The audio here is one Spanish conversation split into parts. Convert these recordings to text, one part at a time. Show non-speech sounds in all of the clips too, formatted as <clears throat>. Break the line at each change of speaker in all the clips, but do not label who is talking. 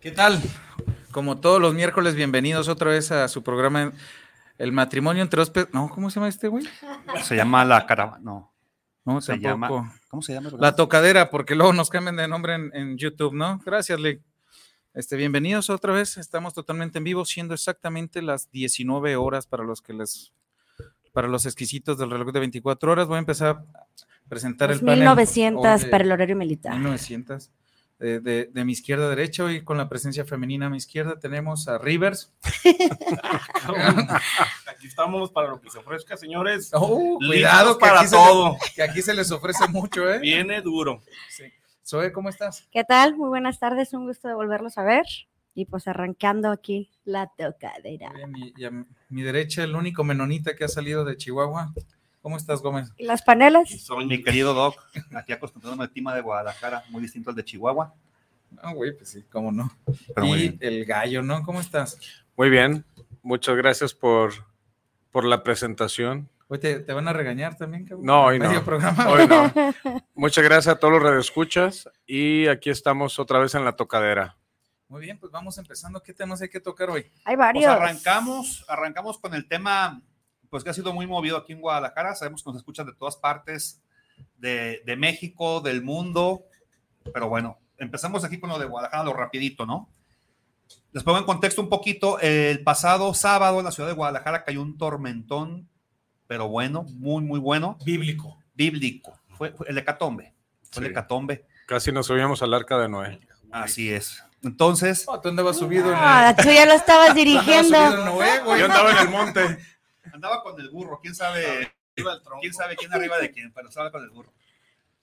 ¿Qué tal? Como todos los miércoles, bienvenidos otra vez a su programa El matrimonio entre dos... Pe... No, ¿cómo se llama este güey?
Se llama La Caravana. No,
no,
se
tampoco.
llama. ¿Cómo se llama?
La Tocadera, porque luego nos cambian de nombre en, en YouTube, ¿no? Gracias, Lick. Este, bienvenidos otra vez, estamos totalmente en vivo, siendo exactamente las 19 horas para los que les, para los exquisitos del reloj de 24 horas. Voy a empezar a presentar
Pues
el panel.
1900
Oye,
para el horario militar.
1900. De, de- de mi izquierda a derecha, hoy con la presencia femenina a mi izquierda tenemos a Rivers.
Aquí estamos para lo que se ofrezca, señores.
Oh,
Cuidado
que
para
aquí se
todo.
le- que aquí se les ofrece mucho, ¿eh?
Viene duro.
Sí. Zoe, ¿cómo estás?
¿Qué tal? Muy buenas tardes, un gusto de volverlos a ver. Y pues arrancando aquí la tocadera.
Bien, y, y a mi derecha, el único menonita que ha salido de Chihuahua. ¿Cómo estás, Gómez?
¿Y las panelas?
Son
Mi querido Doc, aquí acostumbrándome al clima de Guadalajara, muy distinto al de Chihuahua,
Ah, güey, pues sí, cómo no.
pero muy
y
bien.
el gallo, ¿no? ¿Cómo estás?
Muy bien, muchas gracias por, por la presentación.
Oye, ¿te, te van a regañar también, cabrón?
No, hoy no.
Medio programa.
Hoy no. Muchas gracias a todos los radioescuchas y aquí estamos otra vez en la tocadera.
Muy bien, pues vamos empezando. ¿Qué temas hay que tocar hoy?
Hay
Pues
varios.
arrancamos, arrancamos con el tema, pues que ha sido muy movido aquí en Guadalajara. Sabemos que nos escuchan de todas partes de, de México, del mundo, pero bueno, empezamos aquí con lo de Guadalajara, lo rapidito, ¿no? Les pongo en contexto un poquito. El pasado sábado en la ciudad de Guadalajara cayó un tormentón, pero bueno, muy, muy bueno,
bíblico.
bíblico. Fue, fue el hecatombe. Fue el
Sí.
hecatombe.
Casi nos subíamos al arca de Noé.
Así es. Entonces,
No, Oh, tú andabas subido en el...
Ah, tú ya lo
<laughs>
estabas dirigiendo.
andabas subido en Noé, güey.
Yo andaba en el monte.
Andaba con el burro, quién sabe, quién sabe quién arriba de quién, pero estaba con el burro.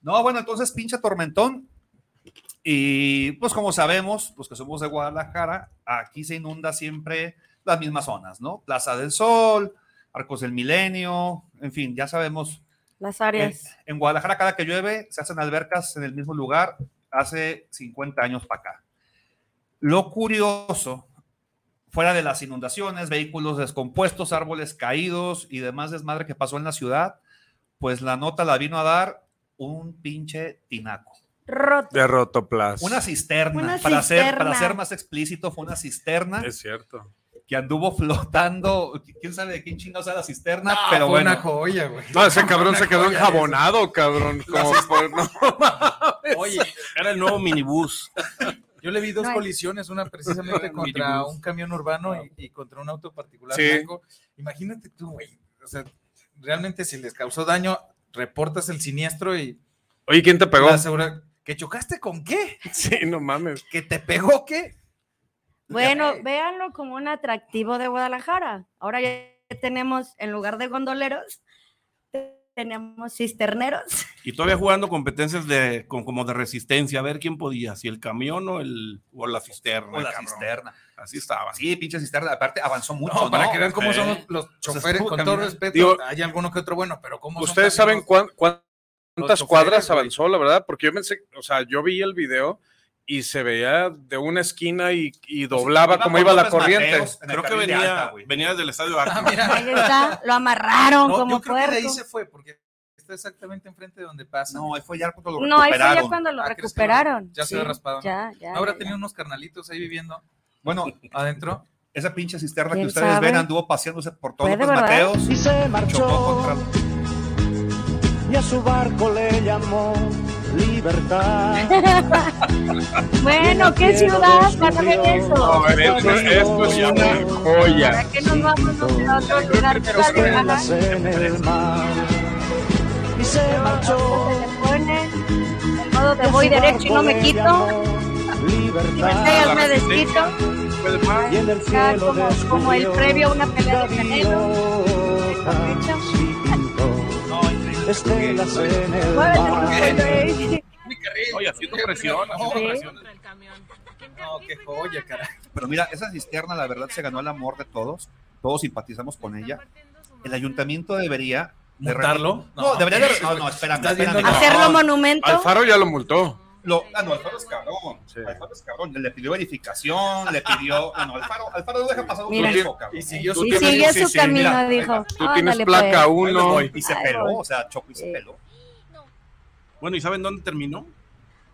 No, bueno, entonces pinche tormentón. Y pues como sabemos, los que somos de Guadalajara, aquí se inunda siempre las mismas zonas, ¿no? Plaza del Sol, Arcos del Milenio, en fin, ya sabemos.
Las
En,
áreas.
Eh,
en Guadalajara cada que llueve se hacen albercas en el mismo lugar hace 50 años para acá. Lo curioso, fuera de las inundaciones, vehículos descompuestos, árboles caídos y demás desmadre que pasó en la ciudad, pues la nota la vino a dar un pinche tinaco.
Roto.
De Rotoplas.
Una cisterna,
Una
para, Ser, para
cisterna.
ser más explícito, fue una cisterna
Es cierto.
que anduvo flotando, quién sabe de quién chingados era la cisterna,
Ah,
pero
fue
bueno.
una joya, güey.
No, ese cabrón se quedó
joya
enjabonado, cabrón. Como por- no.
Oye,
Era el nuevo minibús.
yo le vi dos
No hay-
colisiones, una precisamente contra
Minibús.
un camión urbano y, y contra un auto particular
Sí.
blanco. Imagínate tú, güey. O sea, realmente si les causó daño, reportas el siniestro y
Oye, ¿quién te pegó?
la asegura- ¿Que chocaste con qué?
<laughs> Sí, no mames.
¿Que te pegó qué?
Bueno,
Ya,
véanlo como un atractivo de Guadalajara. Ahora ya tenemos, en lugar de gondoleros, tenemos cisterneros.
Y todavía jugando competencias de, con- como de resistencia, a ver quién podía, si el camión o, el, o la cisterna.
O la
cabrón.
cisterna.
Así estaba.
Sí, pinche cisterna. Aparte, avanzó mucho.
No, para
¿no?
que vean cómo
Eh.
son los- los choferes,
estuvo
con todo
caminando.
respeto,
Digo,
hay alguno que otro bueno, pero cómo son
Ustedes
también
saben cuán- cuán-
los
cuántas
choferes,
cuadras
güey.
avanzó, la verdad, porque yo pensé, o sea, yo vi el video y se veía de una esquina y, y doblaba
Iba
como
con
iba la
López
corriente.
Mateos en el
Creo que
carril de alta,
venía,
güey.
venía desde el estadio
los- Ah,
Akron.
mira.
Ahí está, lo amarraron
No,
como
yo creo que de ahí
puerco.
se fue, porque está exactamente enfrente de donde pasa.
No, ahí fue ya cuando lo
No, ahí fue
recuperaron.
ya cuando lo
Ah, ¿crees que lo-
recuperaron.
ya se había raspado, ¿no?
Ya, ya,
Ahora
ya,
tenía
ya.
unos carnalitos ahí viviendo
Bueno,
adentro.
esa pinche cisterna que
¿Quién
ustedes
sabe?
ven anduvo paseándose por todos
Puede,
los
¿verdad?
Mateos.
y se
Chocó
marchó
contra...
y a su barco le llamó libertad.
Bueno, ¿qué
Quiero
ciudad?
descubrir
Van a ver eso.
No, esto, esto es una joya.
¿Para qué nos vamos a otro lugar?
Pero sí,
Ajá.
Velas en el mar y se marchó.
Se le pone el modo
y a
de
su
voy derecho y no me
barco le
quito.
llamó
Y me
Ah,
callas,
Libertad
me desquito.
y en
Ya
el cielo
como, como el
descubrió
previo a una pelea de canelo.
gaviotas y pintó
No, increíble.
Estelas en el
Muévete,
Ah,
mar.
güey.
Oye, haciendo presión, haciendo
Sí.
presión.
No, qué joya, carajo.
Pero mira, esa cisterna la verdad se ganó el amor de todos. Todos simpatizamos con ella. El ayuntamiento debería... de re-
¿Mutarlo?
No, debería de... re- No, no, espérame,
Estás viendo
espérame.
la-
Hacerlo monumento.
Alfaro ya lo multó.
Lo, ah, no, Alfaro es cabrón.
Sí.
Alfaro es cabrón. Le pidió verificación, le pidió. Ah, no, Alfaro, Alfaro no deja pasar un
Mira.
tiempo, cabrón.
Y siguió
Tú
su
Y
tienes-
siguió
sí,
su
sí, mira,
camino, dijo. Ah, pues.
Tú tienes placa
Ahí les
1.
voy. Y se
Ay,
peló,
voy.
o sea, Choco y se
Sí.
peló.
Bueno, ¿y saben dónde terminó?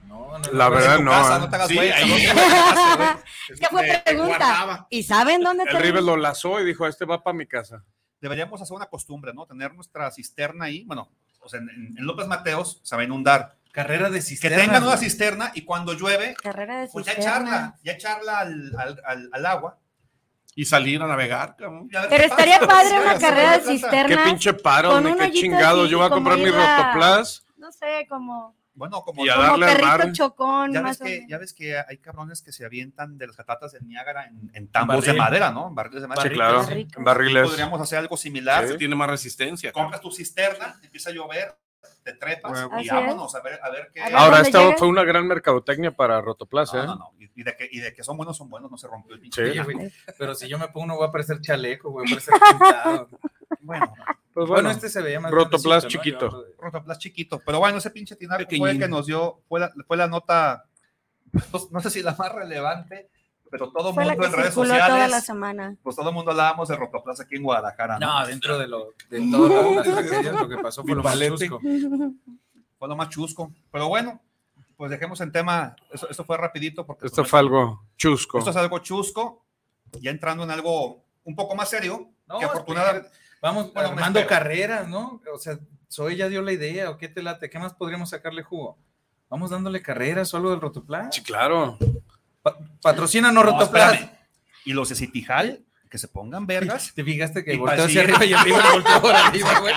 No, no,
La
no,
verdad,
es tu
en tu
no,
casa,
casa,
eh.
no te hagas
Sí,
güey,
ahí.
<laughs>
cabrón. <laughs>
Es que fue pregunta. ¿Y saben dónde
El
te
River lo lazó y dijo, este va para mi casa.
Deberíamos hacer una costumbre, ¿no? Tener nuestra cisterna ahí. Bueno, o sea, en, en López Mateos se va a inundar.
Carrera de
Que
cisterna.
tengan una cisterna y cuando llueve,
Carrera de
pues ya
cisterna.
echarla, ya echarla al, al- al- al agua.
Y salir a navegar, cabrón.
Y a ver
Pero
qué
estaría
pasa.
padre
Sí,
una
sí,
carrera de
sí, sí.
Qué
cisterna.
pinche paro,
con
ni
un
qué
hoyito
chingado.
así,
Yo voy a
como
comprar mi
iba-
rotoplas.
No sé, como,
Bueno, como
Y a
como
darle al
perrito
mar.
chocón,
ya
más
ves,
o
que,
menos.
ya ves que hay cabrones que se avientan de las catatas del Niágara en, en tambos
Barril.
de madera, ¿no? En barriles de madera.
Sí, claro.
barriles.
Barriles.
Podríamos hacer algo similar.
Sí.
Tiene más resistencia. cabrón.
Compras tu cisterna, empieza a llover, te trepas
Huevo.
y
Así es.
vámonos a ver, a ver qué.
A ver
Ahora,
¿Dónde
esta
llega?
fue una gran mercadotecnia para Rotoplas,
No,
¿eh?
no, no. Y, y de que, y de que son buenos, son buenos, no se rompió el pinche.
Sí.
Oye, güey, pero si yo me pongo uno, voy a parecer chaleco, güey, voy a
<laughs>
parecer pintado.
Bueno,
Pues
bueno,
bueno,
este se veía más
Rotoplas
grandecito,
chiquito.
Yo hablo de-
Rotoplas chiquito. Pero bueno, ese pinche tinaco fue el
Pequeñín.
que nos dio, fue la, fue la nota, pues, no sé si la más relevante, pero todo el
Fue la
mundo
que
en redes
circuló toda la
sociales,
semana. <laughs>
pues todo el mundo hablábamos de Rotoplas aquí en Guadalajara. ¿no?
No, dentro de lo de todas las tragedias, lo que pasó fue
Mi
lo más
palete.
chusco.
Fue lo más chusco. Pero bueno, pues dejemos en tema, eso- esto fue rapidito porque pues,
esto fue algo chusco.
Esto es algo chusco, ya entrando en algo un poco más serio,
No,
que afortunadamente
Vamos
Bueno, me
armando
espero.
carreras, ¿no? O sea, Soy ya dio la idea, o qué te late, ¿qué más podríamos sacarle jugo? Vamos dándole carreras o algo del Rotoplas.
Sí, claro.
Pa- patrocínanos
No,
Rotoplas.
espérame. Y los de Citijal, que se pongan <laughs> vergas.
Te fijaste
Y
que volteó hacia
pasillo.
arriba y arriba <laughs> volteó
<laughs>
para arriba, güey.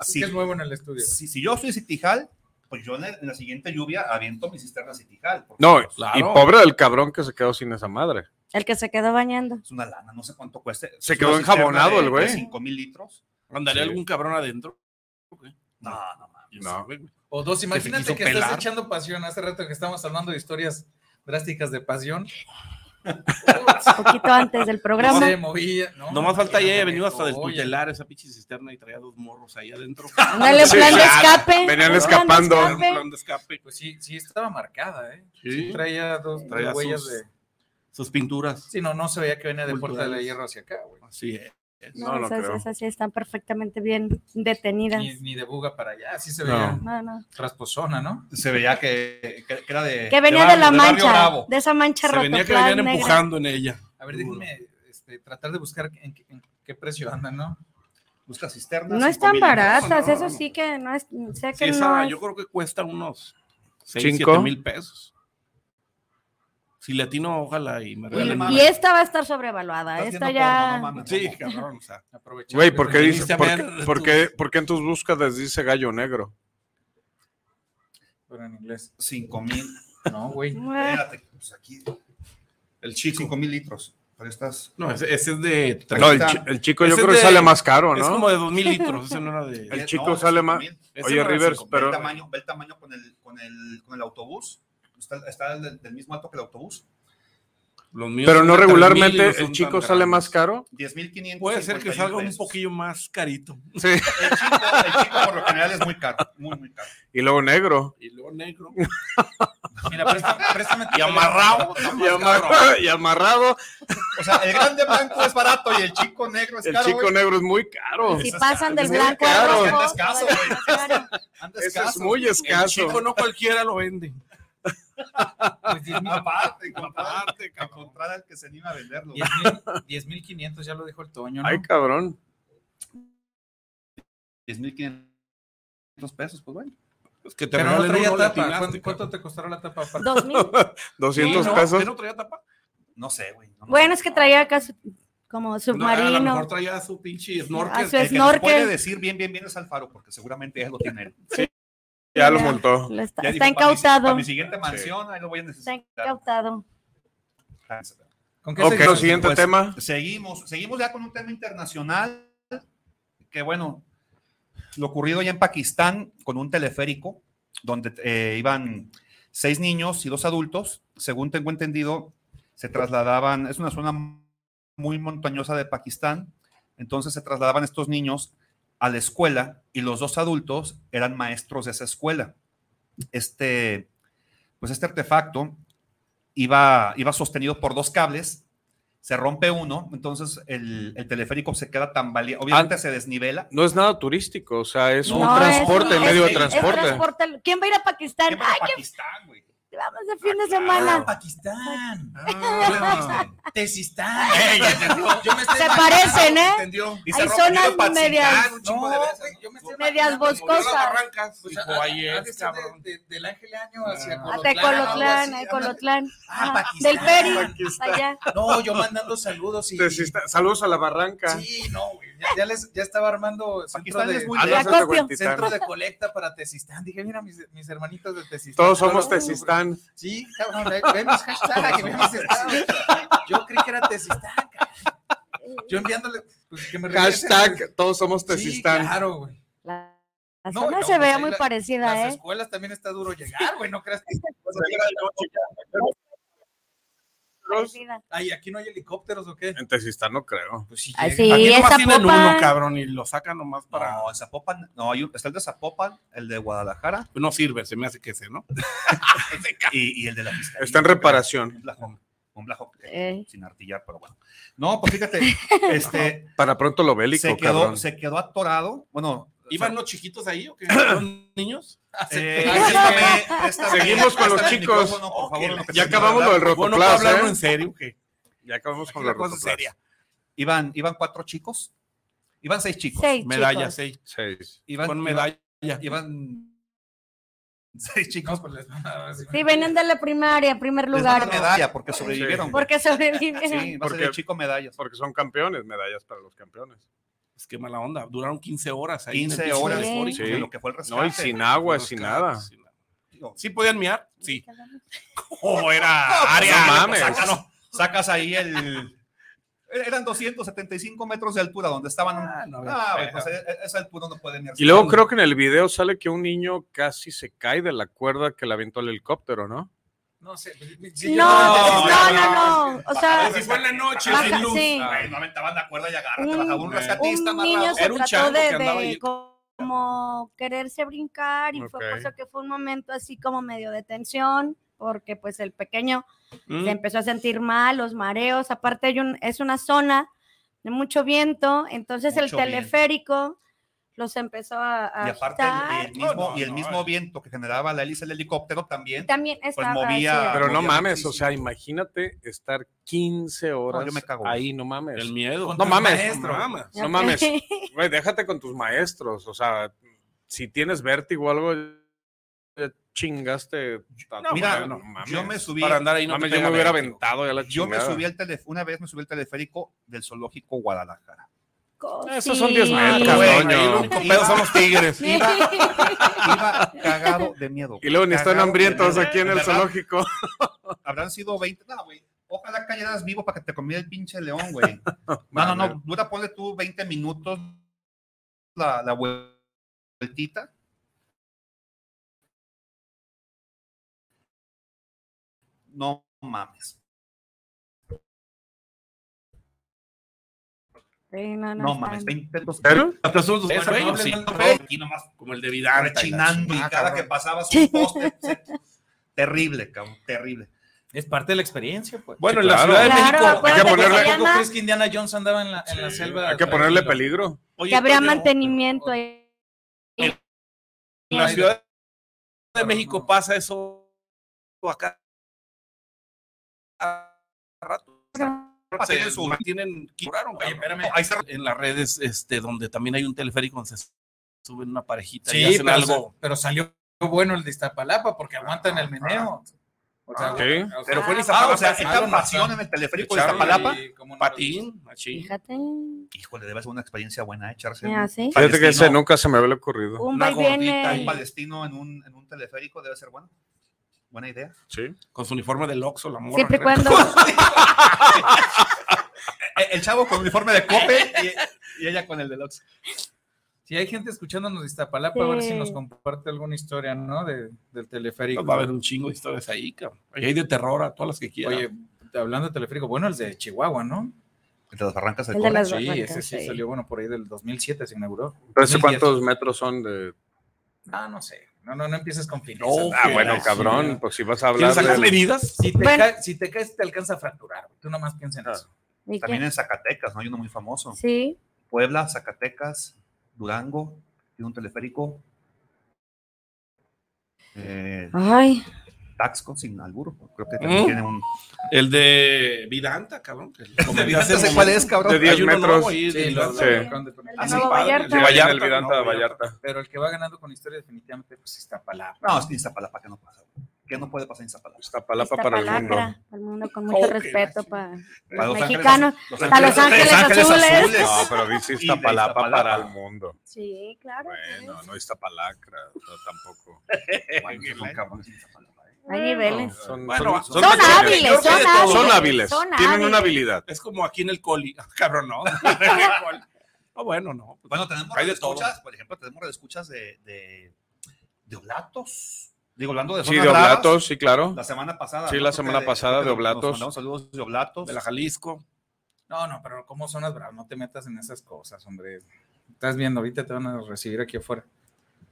Es
Sí.
que es nuevo en el estudio.
Si, si yo soy Citijal, pues yo en la, en la siguiente lluvia aviento mi cisterna Citijal. porque pues,
No,
Claro.
y pobre del cabrón que se quedó sin esa madre.
El que se quedó
<laughs>
bañando.
Es una lana, no sé cuánto cueste.
Se
Es
quedó
una cisterna
enjabonado
de-
el güey.
de 5 mil litros.
¿Andaría
Sí.
algún cabrón adentro?
No, no, no.
No.
O dos,
Que se
imagínate
quiso
que
pelar.
estás echando pasión. Hace rato que estamos hablando de historias drásticas de pasión.
Un poquito antes del
No
programa.
se movía. No,
Nomás falta ya haya venido hasta
Oye,
desmantelar esa pinche cisterna y traía dos morros ahí adentro.
Ándale,
Sí,
plan
<laughs>
de
claro.
escape.
Venían
Plan de
escapando.
Era un
escape.
plan de escape.
Pues sí, sí estaba marcada, ¿eh?
Sí.
Traía dos
Traía
dos huellas
sus-
de.
Sus pinturas.
Sí, no, no se veía que venía de Puerta de la
Culturales.
Hierro hacia acá, güey.
Así es.
No
No,
lo
esas,
creo.
esas sí están perfectamente bien detenidas.
Ni, ni de Buga para allá, sí se
No.
veía
No, no.
trasposona, ¿no?
no. Se veía que, que- que era
Eh,
de.
Que venía de la
barrio- barrio
mancha,
bravo.
de esa mancha
Se venía que
rotoplas
venían
negra.
empujando en ella.
A ver,
Seguro.
déjenme este, tratar de buscar en, qué- en qué precio andan, ¿no?
Busca cisternas.
No
5,000
están
litros.
baratas,
no,
eso
no.
sí que no es, sé
Sí,
que
esa
no es-
yo creo que cuesta unos 6,
Cinco.
7 mil pesos. Si le atino, ojalá y me regalen
mames.
más.
Y esta va a estar sobrevaluada,
Estás
esta
viendo
ya...
porno, no mames.
Sí, cabrón, o sea.
Aprovechando
Güey,
que
¿por qué
tenemos-
dice- por qué- por qué- por qué en tus búsquedas dice gallo negro?
Pero en inglés.
5 mil.
No, güey.
Espérate, pues aquí.
El
Sí,
chico.
5 mil litros. Pero estas.
No, ese, ese es de. tre-
No, el, chi- el chico yo
Ese
creo que
de-
sale más caro,
Es
¿no?
como de 2 mil litros. Ese no era de.
El
No,
chico
de
sale
5,000.
más-
ese
Oye,
no era de
Rivers,
cinco mil.
pero-
Ve el tamaño, ve el tamaño con, el, con, el, con el autobús. Está, está del, del mismo alto que el autobús.
Los míos
Pero
son
no
de tres mil y no
regularmente
son
el
tan
chico sale
grandes.
más caro.
10.500.
Puede ser que salga un poquillo más carito.
Sí.
El chico, el chico por lo general es muy caro. Muy, muy caro.
Y luego negro.
Y luego negro.
Mira, préstame,
<laughs>
préstame tu
Y amarrado.
Y, amar- <laughs> y amarrado.
O sea, el grande blanco es barato y el chico negro es
El
caro.
chico
güey.
negro es muy caro.
Si
Eso
pasan
está-
del
es muy
blanco al
caro.
rojo, pues,
Anda escaso,
todavía más
<laughs>
caro.
Anda
Eso es
escaso.
muy
El chico
escaso.
no cualquiera lo vende.
pues,
<laughs>
Aparte, aparte, encontrar al que se anima a venderlo. güey.
10.500, ya lo dijo el Toño, ¿no?
Ay, cabrón.
10.500 pesos, pues bueno.
Es que te
Pero no
regalen
traía
uno, le
tapa. ¿Cuánto,
atinaste,
cuánto te costará la tapa? aparte?
Dos mil.
cabrón.
200
No,
pesos.
¿que no traía tapa?
No sé, güey. no, no
Bueno,
sé.
es que traía casi como
No, a lo mejor
submarino.
traía su pinche
A
snorkel.
su
El que nos puede
snorkel.
decir bien, bien, bien es Alfaro, porque seguramente él lo tiene él.
Ya lo montó.
Lo está
Ya
está
dijo, "Pa' mi- pa'
incautado.
mi siguiente mansión, ahí lo voy a
Está
necesitar.
incautado.
¿Con qué
Ok,
se-
siguiente
Pues,
tema.
Seguimos, seguimos ya con un tema internacional, que bueno, lo ocurrido ya en Pakistán con un teleférico, donde eh, iban seis niños y dos adultos, según tengo entendido, se trasladaban, es una zona muy montañosa de Pakistán, entonces se trasladaban estos niños a la escuela y los dos adultos eran maestros de esa escuela. Este, pues este artefacto iba, iba sostenido por dos cables se rompe uno, entonces el, el teleférico se queda tambaleado. Obviamente se desnivela.
No es nada turístico, o sea, es
No,
un
es
transporte,
un-
medio
es-
de
es
transporte.
transporte. ¿Quién va a ir a Pakistán?
¿Qué pasa
¡Ay,
en Pakistán, güey?
qué- vamos de fin de
claro.
semana!
Pakistán,
Ah,
Tesistán.
Ey, ya entendió.
Yo me estoy
Se
imaginando,
parecen, ¿eh?
¿entendió?
Dice
Ahí
Rob,
son
"Quiero
algo medias.
Un chingo de veces, ¿no?
yo me estoy
Medias
imaginando como
Movió las
Cosas.
barrancas, pues,
Dijo,
ha-
ahí
ha
es,
de ser
cabrón.
de- de- del Ángel Año hacia
Hasta
Colotlán, algo
Ah, Colotlán,
así,
ahí
ándale.
Colotlán.
Ah,
Ajá,
Pakistán.
Del Peri, hasta
Pakistán.
allá.
No, yo mandando saludos y.
Te- sí está- Saludos a la barranca.
Sí, no, güey. Ya, ya les, ya estaba armando centro
Pakistán
de,
es muy
Ah, no,
lejos.
eso
Acopio.
es de
centro
Huentitán.
de colecta para Tesistán. Dije, mira, mis, mis hermanitos de Tesistán.
Todos somos
Saludos.
Tesistán.
Sí, cabrón, ahí ve mis hashtag, ve mis estados. Yo creí que era Tesistán, cabrón. Yo enviándole, pues que me regresen.
Hashtag, todos somos
Sí,
Tesistán.
claro, güey.
La, la
No,
zona
no,
se
pues
veía
ahí
muy
la-
parecida,
Las
¿eh?
escuelas también está duro llegar, güey, no creas que...
Parecida.
Ay, ¿aquí no hay helicópteros o qué?
En Tesistán no creo.
Pues sí
Ay,
llega.
sí,
Aquí nomás
esa
tienen
popa.
uno, cabrón, y lo sacan nomás para.
No, en Zapopan, no, hay un- está el de Zapopan, el de Guadalajara
No sirve, se me hace que ese, ¿no?
y, y el de la Fiscalía.
Está en reparación.
Un blajo, un blajo
Eh.
sin artillar, pero bueno. No, pues
<laughs>
fíjate, este,
Para pronto lo bélico,
se, quedó,
cabrón.
se quedó atorado. Bueno,
¿Iban los chiquitos ahí o qué? ¿Los niños?
<laughs> eh,
Ay, sí,
préstame-
güey.
préstame-
Seguimos con los
préstame el
chicos.
este micrófono, por favor, en lo que
Ya
se
acabamos
me
lo del
habla.
Bueno, para
rotoplas,
hablarlo
¿eh?
en serio, que
Ya acabamos con
la
los
cosa
rotoplas.
seria.
Iban, iban cuatro chicos. Iban seis chicos.
Seis
Medalla,
chicos.
seis.
Seis.
Iban,
Con
iban-
medalla.
iban seis chicos.
No, pues les van a dar así.
Sí, venían de la primaria, primer
Les dan
lugar.
una medalla porque sobrevivieron. güey.
Sí.
Porque sobrevivieron.
Sí, va a ser
Porque-
el chico medallas.
Porque son campeones, medallas para los campeones.
Pues qué mala onda. Duraron 15 horas ahí. en el
15
piso
horas
de
Sí.
de
Sporting.
lo que fue el rescate.
No, y sin agua, sin nada.
Digo,
¿Sí podían miar? Sí.
¿Cómo era?
No mames.
Sacas, sacas ahí el. Eran 275 metros de altura donde estaban. Ah,
no,
güey, pues, e- e- esa altura no pueden ni
Y luego creo que en el video sale que un niño casi se cae de la cuerda que le aventó el helicóptero, ¿no?
No sé. pues, si
No,
yo-
no, no, no. O sea,
Si fue en la noche,
Baja,
sin luz.
sí.
Ay,
Güey, no aventaban la cuerda y agarra,
Un-
bajaba un
güey.
rescatista
un niño
amarrado.
se
Era un
trató
chango
de,
que andaba
de
ahí.
como quererse brincar y fue por
Ok.
eso que fue un momento así como medio de tensión porque pues el pequeño
Mm.
se empezó a sentir mal, los mareos, aparte hay un- es una zona de mucho viento, entonces el
Mucho viento.
teleférico los empezó a, a
Y aparte, el,
agitar.
el mismo,
No, no,
y el
no,
mismo
el-
viento que generaba la hélice del helicóptero también.
también estaba
movía-
así,
Pero no
obviamente,
mames,
sí,
o sea, imagínate estar 15 horas
yo me cago.
ahí, no mames.
El miedo.
No mames.
Maestro. No mames.
No
<laughs>
mames. Güey, déjate con tus maestros, o sea, si tienes vértigo o algo, ya chingaste. a tu
mira,
madre, no mames.
yo me subí.
Para andar ahí no
Mames,
te
yo me
pega
hubiera
vértigo.
aventado ya la
Yo me
chingada.
subí al teleférico, una vez me subí al teleférico del zoológico Guadalajara.
Esos son 10
Cosita. <laughs>
metros,
Güey,
Toño.
ahí el único pedo son los tigres.
Iba cagado de miedo.
Y luego ni están
Cagado de
hambrientos
miedo.
aquí en el
¿Verdad?
zoológico.
Habrán sido 20. No, güey. Ojalá cayeras vivo para que te comiera el pinche león, güey. No, no, no. Dura, ponle tú 20 minutos la, la vueltita. No mames.
Sí, no, no
No
están.
mames. 20 minutos.
¿Pero?
Esos
Bueno,
güeyes,
no
sí.
hablen mal de Aquí nomás
Como el de Vidal.
rechinando y
Ah,
cada
cabrón.
que pasabas un poste. se- Terrible, cabrón. Terrible.
Es parte de la experiencia, pues.
Bueno,
Sí,
en la
claro.
Ciudad de
Claro,
México.
acuérdate
que
¿Tampoco
ponerle-
se llama-
crees que Indiana Jones andaba en la, en la selva?
Hay que ponerle
tranquilo?
peligro.
Oye,
que habría
Toño,
mantenimiento ahí.
En la Ciudad de
Pero
México
no.
pasa eso acá. A rato.
Ah, Tienen su-
tienen curaron,
Oye, espérame.
Ahí se- en las redes este donde también hay un teleférico donde se suben una parejita y
Sí,
hacen
pero,
algo.
pero salió bueno el de Iztapalapa porque aguantan el meneo. O sea,
Sí.
o sea,
Pero fue
Ah,
Ah,
en Iztapalapa,
o sea,
sí,
esta
no,
pasión
no,
en el teleférico de
Echaron
Iztapalapa.
y como no-
patín, así.
Fíjate.
Híjole, debe ser una experiencia buena echarse.
Mira, sí.
Fíjate que ese
Palestino.
nunca se me había ocurrido.
Un
Una
va y viene.
gordita
un
y-
palestino en un, en un teleférico debe ser bueno. Buena idea.
Sí.
Con su uniforme del Oxxo, la morra.
Siempre y
creo.
cuando.
Eh, El chavo con uniforme de cope y, y ella con el de Lux.
Si hay gente escuchándonos de Iztapalapa, a ver si nos comparte alguna historia, ¿no? De, del teleférico.
Va a haber un chingo de historias ahí, cabrón. Y hay de terror a todas las que quieran.
Oye, hablando de teleférico, bueno, el de Chihuahua, ¿no?
Entre las barrancas del
El de
cobre.
las
Sí,
barrancas,
ese sí,
sí.
salió, bueno, por ahí del 2007 se inauguró.
Entonces,
2010.
¿cuántos metros son de...?
Ah, no sé. No, no, no empieces con
No,
finezas.
Ah,
que
bueno,
la
cabrón,
chingada.
pues si vas a
¿Quieres
hablar
sacar
de...
medidas?
Si te,
Bueno.
ca- si te caes, te alcanza a fracturar. güey. Tú nomás piensa en
Ah.
eso.
¿Y
También
qué?
en Zacatecas, ¿no? Hay uno muy famoso.
Sí,
Puebla, Zacatecas, Durango, tiene un teleférico. Eh,
ay,
Taxco, sin albur, creo que también
Mm.
tiene un.
El de Vidanta, cabrón. que
<laughs>
comentaste
Ya sé
como-
cuál es, cabrón.
De 10
Hay uno
metros.
nuevo ahí,
Sí,
de-
lo-
Sí.
lo acaban de poner.
El
Ah,
de
sí,
Nuevo
padre,
Vallarta.
el de
Vallarta, el
Vallarta,
Vidanta
no,
de Vallarta.
Pero el que va ganando con historia definitivamente pues está palabra.
No, es que Iztapalapa, que no pasa. Que no puede pasar en Iztapalapa.
Iztapalapa para el mundo.
Iztapalacra, para el mundo, con mucho
Ok,
respeto
gracias.
para
Para
los
Los Ángeles-
mexicanos.
Los
para Los Ángeles Azules.
No, pero dice
Y de
Iztapalapa
Iztapalapa.
para el mundo.
Sí, claro.
Bueno, no Iztapalacra, no, tampoco.
Bueno, esos son cabrones en Iztapalapa, ¿eh?
Hay niveles.
No, son,
Bueno,
son- son
Son
machones.
hábiles,
Creo que de
son
todo.
hábiles.
Son hábiles,
son
tienen una
hábiles.
habilidad.
Es como aquí en el coli. <laughs> Ah, Cabrón, no. Ah, bueno, no.
Bueno, tenemos
Hay de
escuchas, por ejemplo, tenemos escuchas de, de, de Oblatos. Digo, hablando de
Sí,
zonas
de
bravas,
Oblatos, sí, claro.
La semana pasada.
Sí,
¿no?
la
Creo
semana
que creo
pasada de
que nos
Oblatos.
mandamos saludos de Oblatos.
De la Jalisco.
No, no, pero ¿cómo son las bravas? No te metas en esas cosas, hombre. Estás viendo, ahorita te van a recibir aquí afuera.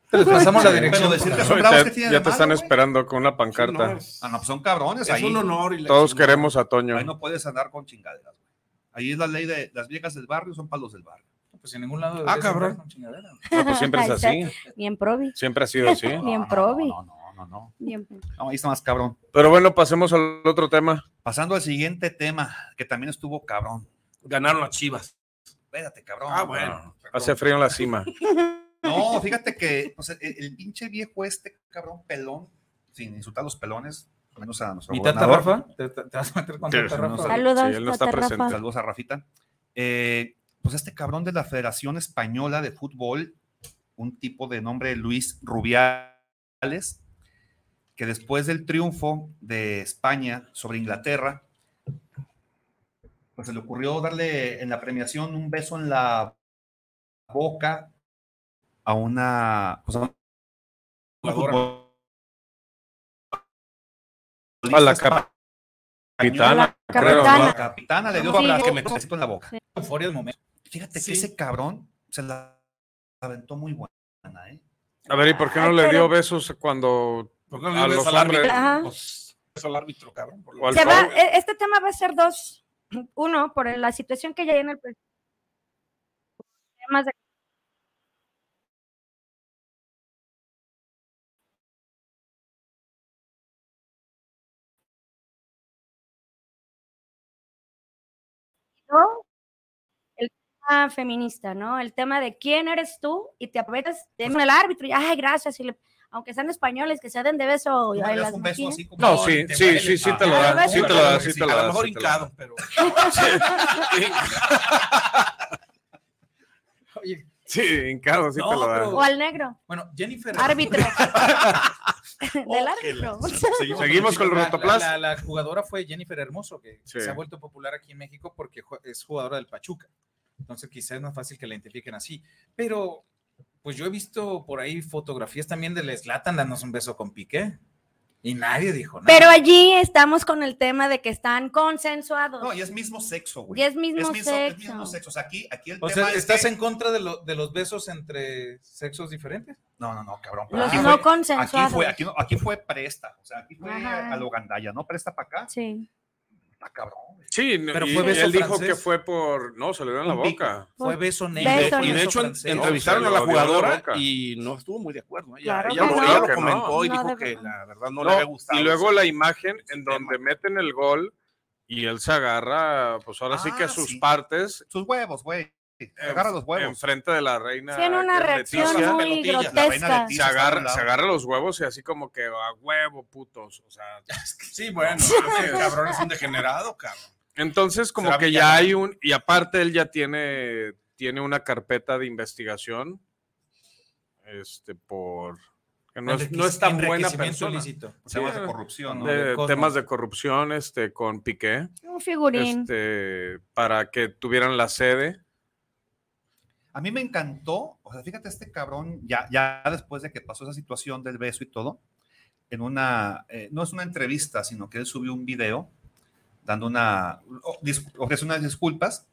Te les pasamos la
Pero
dirección.
decir
por
que
favor.
son bravos,
Ahorita
¿qué tiene de
ya te
malo,
están
güey?
esperando con una pancarta.
Ah, no, pues son cabrones
es
ahí.
un honor. y la
Todos
chingada.
queremos a Toño.
Ahí no puedes andar con chingaderas, güey. Ahí es la ley de las viejas del barrio, son palos del barrio.
Pues en ningún lado.
Ah,
deberías
cabrón.
andar con chingadera.
No,
<laughs>
pues siempre es
Ahí está.
así.
Bien probi.
Siempre ha sido así.
Bien
no,
probi.
No, no, no, no.
Bien.
No, ahí está más cabrón.
Pero bueno, pasemos al otro tema.
Pasando al siguiente tema, que también estuvo cabrón.
Ganaron las chivas.
Espérate, cabrón.
Ah, bueno.
Hace frío en la cima.
No, fíjate que pues, el, el pinche viejo este cabrón pelón, sin insultar a los pelones, menos a nuestro
Mi tata
gobernador.
Rafa, ¿te, te- te vas a meter con
Sí,
tata
no
Rafa?
sé.
Saludos,
Sí, él no está
Tata Rafa.
presente.
Saludos a Rafita. Eh, pues este cabrón de la Federación Española de Fútbol, un tipo de nombre Luis Rubiales, que después del triunfo de España sobre Inglaterra, pues se le ocurrió darle en la premiación un beso en la boca a una, pues, a una
A
futbolista
la capitana. creo,
capitana.
¿no?
"Ah, la capitana le dio
Sí.
un abrazo que me en la boca.
Euforia del momento.
Fíjate
Sí.
que ese cabrón se la aventó muy buena, ¿eh?
A ver, ¿y por qué no
Ay,
le
pero-
dio besos cuando
¿Por qué no
A
le ves
los
al árbitro?
hombres.
Ajá.
Pues, es al árbitro, cabrón. por lo
O al
menos.
Se va,
favor.
e- este tema va a ser dos. <clears throat> Uno, por la situación que ya hay en el pre- temas de- ¿No? el tema feminista, ¿no? El tema de quién eres tú y te aprovechas de el árbitro y ay, gracias, y le- aunque sean españoles que se den de beso
¿Tú
y
le das
las
un beso
mejillas.
así como-
No, sí,
te
sí,
vale
sí, sí
el-
te lo
Ah,
da.
¿verdad?
Sí te lo da,
Sí,
sí te
a
lo
lo
da.
mejor
sí te lo da.
hincado, pero.
Oye,
Sí, hincado, sí
No,
te lo da.
pero-
o al negro,
bueno, Jennifer.
<laughs>
árbitro. Del árbitro.
Seguimos con el
La-
rotoplas.
La, la- la jugadora fue Jennifer Hermoso, que
Sí.
se ha vuelto popular aquí en México porque ju- es jugadora del Pachuca. Entonces quizás es más fácil que la identifiquen así. Pero, pues yo he visto por ahí fotografías también de Leslatan dándonos un beso con Piqué. Y nadie dijo nada.
Pero allí estamos con el tema de que están consensuados.
No, y es mismo sexo, güey.
Y es mismo
es
sexo.
mismo sexo. O sea, aquí, aquí el
o
tema
sea,
es
¿estás
que-
en contra de, lo- de los besos entre sexos diferentes?
No, no, no, cabrón. pero
Los
aquí,
no
fue, aquí,
consensuados.
fue, aquí, no- aquí fue presta. O sea, aquí fue
Ajá.
a lo gandalla, ¿no? Presta para acá.
Sí.
Está cabrón. güey.
Sí, no,
Pero
y
fue beso
él dijo
francés.
que fue por. No, se le dio en la
Un pico.
boca.
Pues,
Fue beso
Y
negro.
de,
Beso,
y de
beso
hecho, en-
francés.
entrevistaron
Se
a la
lo dio en la
jugadora
boca.
y no estuvo muy de acuerdo. Ella,
Claro
ella
que
lo,
no.
ella lo
Claro que no.
comentó y
No,
dijo
de
que
verdad.
la verdad no,
No,
le había gustado.
y luego
ese-
la imagen
ese
en
tema.
donde meten el gol y él se agarra, pues ahora sí que
Ah,
a sus
sí.
partes.
Sus huevos, güey.
Eh,
Agarra los huevos.
Enfrente de la reina.
Tiene una
que es
reacción
Leticia.
muy
Pelotillas, la
reina
grotesca.
de
se
Dices, a un
agarra,
lado.
se agarra los huevos y así como que a huevo, putos.
<laughs>
O sea,
Sí, bueno, ese
<laughs>
cabrón es un degenerado, cabrón.
entonces como
Será
que
villano.
ya hay un, y aparte él ya tiene, tiene una carpeta de investigación, este, por, que no es, no es tan buena
Enriquecimiento
persona.
ilícito.
Sí, eh,
Temas de corrupción, ¿no?
de
de cosmos.
temas de corrupción, este, con Piqué,
Un figurín.
este, para que tuvieran la sede.
A mí me encantó, o sea, fíjate, este cabrón, ya, ya después de que pasó esa situación del beso y todo, en una, eh, no es una entrevista, sino que él subió un video dando una, o- dis- ofrece unas disculpas,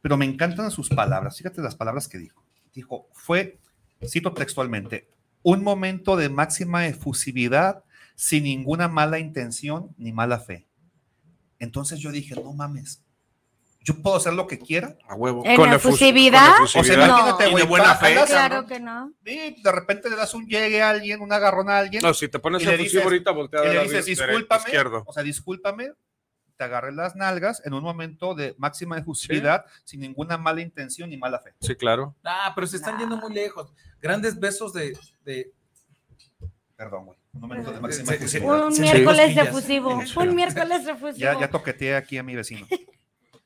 pero me encantan sus palabras, fíjate las palabras que dijo. Dijo, fue, cito textualmente, un momento de máxima efusividad sin ninguna mala intención ni mala fe. Entonces yo dije, no mames, yo puedo hacer lo que quiera.
A huevo.
¿En
Con
efusividad?
con efusividad.
O sea,
No.
imagínate,
Y
güey,
de buena
para-
fe.
jalas,
Claro
¿no?
que no.
Y de repente le das un llegue a alguien, un agarrón a alguien,
No, si te pones
Y le
efusivo
dices-
ahorita, voltea
y
de
le
la
dices,
dere-
discúlpame,
izquierdo.
o sea, discúlpame, te agarré las nalgas en un momento de máxima efusividad, sin ninguna mala intención ni mala fe.
Sí, claro.
Ah, pero se están yendo muy lejos. Grandes besos de. de-
Perdón, güey. Un momento de
Sí, Eh,
máxima
sí, sí.
efusividad.
Un
Sí.
miércoles de
Cosquillas.
fusivo. Un miércoles de fusivo.
Ya, ya toqueteé aquí a mi
<laughs>
vecino.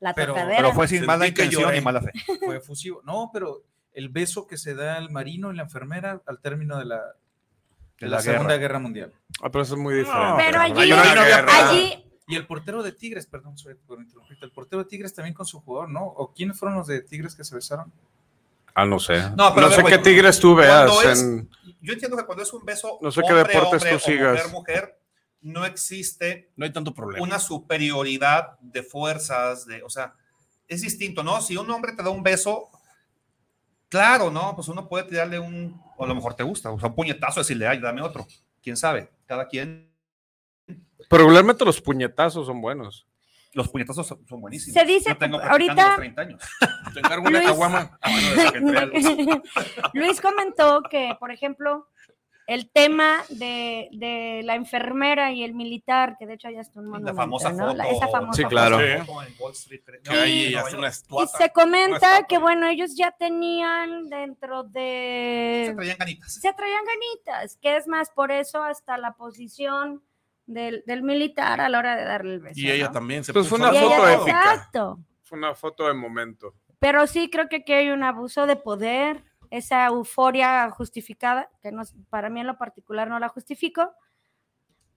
La
Pero-
tocadera.
Pero fue sin
Sentí
mala
que
intención
lloré.
ni mala fe.
fue efusivo. No, pero el beso que se da al marino y la enfermera al término de la, de
De
la
la
Segunda
guerra.
Guerra Mundial.
Ah, pero eso es muy diferente.
Pero
¿verdad?
allí-
Yo no- yo no había-
Allí,
Y el portero de Tigres, perdón, sorry por interrumpirte, el portero de Tigres también con su jugador, ¿no? ¿O quiénes fueron los de Tigres que se besaron?
Ah, no sé.
No,
No,
pero a ver,
sé
güey,
qué tigres tú veas.
cuando es-
en-
Yo entiendo que cuando es un beso,
No sé qué deportes tú sigas.
Mujer, mujer, no existe
No hay tanto problema.
una superioridad de fuerzas, de, o sea, es distinto, ¿no? Si un hombre te da un beso, claro, ¿no? Pues uno puede tirarle un, o a lo mejor te gusta, o sea, un puñetazo, decirle, ay, dame otro. ¿Quién sabe? Cada quien.
Pero regularmente los puñetazos son buenos.
Los puñetazos son, son buenísimos.
Se dice,
Yo tengo
ahorita-
practicando los 30 años.
Te encargo una
Luis.
caguama.
<laughs> Luis comentó que, por ejemplo, el tema de, de la enfermera y el militar, que de hecho ya está un
La
monumento,
famosa
¿no?
foto.
La- esa famosa
Sí, claro.
foto en Wall Street, creo.
Que ahí
Sí,
hace una
Y
estuata.
se comenta
estatua.
que, bueno, ellos ya tenían dentro
Se
de...
traían canitas.
Se traían ganitas, que es más, por eso hasta la posición del, del militar a la hora de darle el beso.
Y ella
¿no?
también se
Pues fue una
Y
foto
ella-
épica.
Exacto.
Fue una foto de momento.
Pero sí creo que aquí hay un abuso de poder, esa euforia justificada, que no, para mí en lo particular no la justifico,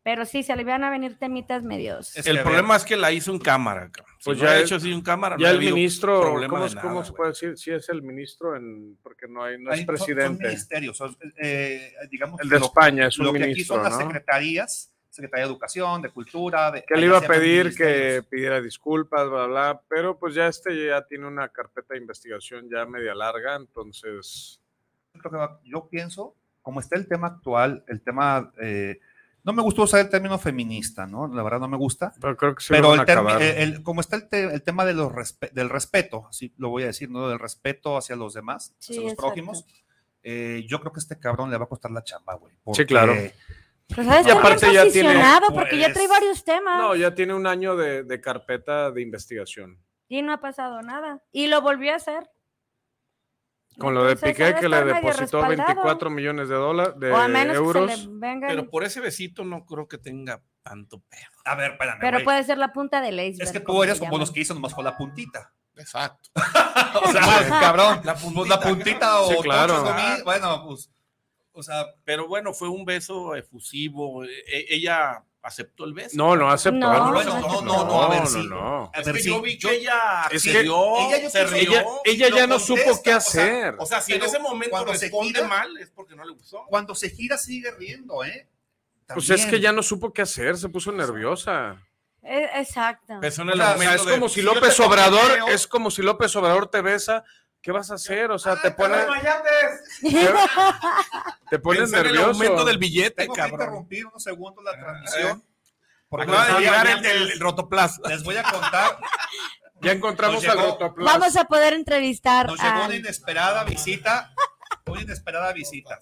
pero sí se le van a venir temitas medios.
Es- que
El
a
problema es que la hizo en cámara. cabrón. Si
Pues
lo
ya
ha
el-
hecho así en cámara. no
Ya
ha
el
habido
ministro,
problema
¿cómo,
de
es-
nada,
cómo se
güey.
puede decir? Sí es el ministro, en, porque no, hay, no es
Ahí son- Son
presidente.
ministerios, son, eh, digamos,
el de
lo-
España es
lo
un
que aquí son
ministro,
las
¿no?
secretarías, Secretaría de Educación, de Cultura. De,
Que le iba a
allá se llaman
pedir que
ministerios.
pidiera disculpas, bla, bla, pero pues ya este ya tiene una carpeta de investigación ya media larga, entonces...
Creo que va- yo pienso, como está el tema actual, el tema. eh, no me gustó usar el término feminista, ¿no? La verdad no me gusta.
Pero creo que se
pero
van a
el termi- eh,
acabar.
el- el- como está el, te- el tema de los respe- del respeto, así lo voy a decir, ¿no? Del respeto hacia los demás,
Sí,
hacia los
exacto.
prójimos. eh, yo creo que este cabrón le va a costar la chamba, güey.
Sí, claro.
porque
Pero Pues, sabes
Y
que bien
aparte ya tiene-
posicionado, porque ya trae
pues-
varios temas
No, ya tiene un año de, de carpeta de investigación.
y no ha pasado nada. Y lo volvió a hacer.
Con lo de
Entonces,
Piqué,
ahora
que le
está medio
depositó
respaldado.
24 millones de dólares, de
o a menos
Eh, euros.
que se le vengan.
Pero pues,
Pero,
por ese besito no creo que tenga tanto pedo.
A ver, espérame. güey.
puede ser la punta del iceberg.
es que tú
como
eres
se
como
llama.
los que hizo nomás con la
<laughs>
puntita.
Exacto.
O sea, cabrón.
La
Pues la puntita o
Sí, claro.
tochos de mí, bueno, pues, o sea,
Pero bueno, fue un beso efusivo. E- ella aceptó el beso.
No, no aceptó.
No,
él
bueno, no,
aceptó.
no, no, a ver, sí.
no.
a
Es
ver
que
si
yo vi
yo-
que ella
Es
se
que
rió,
ella yo
se
pienso-
rió.
Ella, ella
lo
ya no
contesta,
supo qué
o sea,
hacer.
o sea, si en
pero
ese momento
cuando se
responde
gira-
mal es porque no le gustó.
cuando se gira sigue riendo, ¿eh?
pues es que ya
También.
no supo qué hacer, se puso nerviosa.
Eh, Exacto.
Empezó en
O
el
sea,
momento
es
de-
como si
si yo
López
te conteo-
Obrador, es como si López Obrador te besa, ¿qué vas a hacer? O sea, te
Ay,
pones,
cabrón, Mayates,
te pones
pensó en el
nervioso.
aumento del billete,
Tengo que
cabrón. Eh,
interrumpir unos segundos la transmisión. Porque
Acaba
les
de
voy a-
llegar el del el Rotoplas.
Les voy a contar.
Ya encontramos
Nos
al
llegó-
rotoplas.
Vamos a poder entrevistar
Nos llegó
a
una inesperada visita. Una inesperada visita.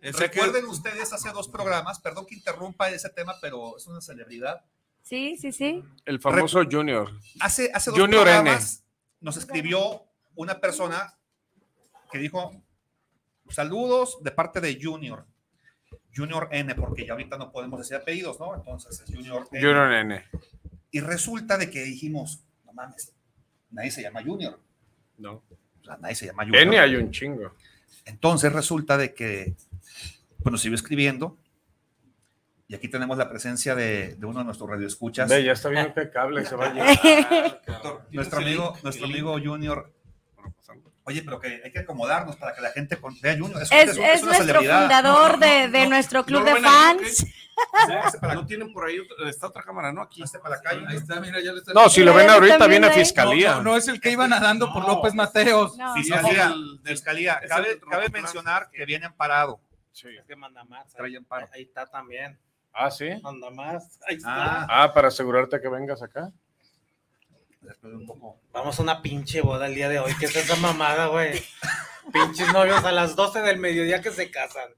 Ese que- <laughs>
Recuerden ustedes hace dos programas, perdón que interrumpa ese tema, pero es una celebridad.
Sí, sí, sí.
el famoso Junior.
Hace, hace dos
Junior N.
programas nos escribió una persona que dijo saludos de parte de Junior. Junior N, porque ya ahorita no podemos decir apellidos, ¿no? Entonces es Junior N.
Junior N.
Y resulta de que dijimos, no mames, nadie se llama Junior.
No.
O sea, nadie se llama Junior.
N hay un chingo.
Entonces resulta de que, bueno, siguió escribiendo. Y aquí tenemos la presencia de, de uno de nuestros radioescuchas.
Ve, ya está viendo que cable se va a llevar.
Nuestro amigo, nuestro amigo Junior Oye, pero que hay que acomodarnos para que la gente con- vea Junior. Es,
Es,
es-
es
es una
nuestro
celebridad.
fundador
No, no,
de, de
no,
nuestro club
no,
de
bueno, ahí, Pues
fans.
No tienen por ahí, otra- está otra cámara, ¿no? Aquí.
Hazte para acá,
Ahí
Junior.
está, mira, ya lo está.
<laughs> No, si lo ven
Pero
ahorita
también
viene a
hay-
fiscalía.
No, no es el que iba nadando por López Mateos.
No.
Sí,
No,
Fiscalía,
del- del-
Fiscalía,
es
cabe,
el
cabe
Rotoplas.
mencionar que viene amparado.
Sí.
Es que Este manda más.
Trae
Ahí,
amparo.
ahí está también.
Ah, sí.
Manda más. Ahí está.
Ah,
Ah, para asegurarte que vengas acá.
Después de un poco. <laughs>
Vamos a una pinche boda el día de hoy. ¿Qué es esa mamada, <laughs> güey? Pinches novios a las 12 del mediodía que se casan.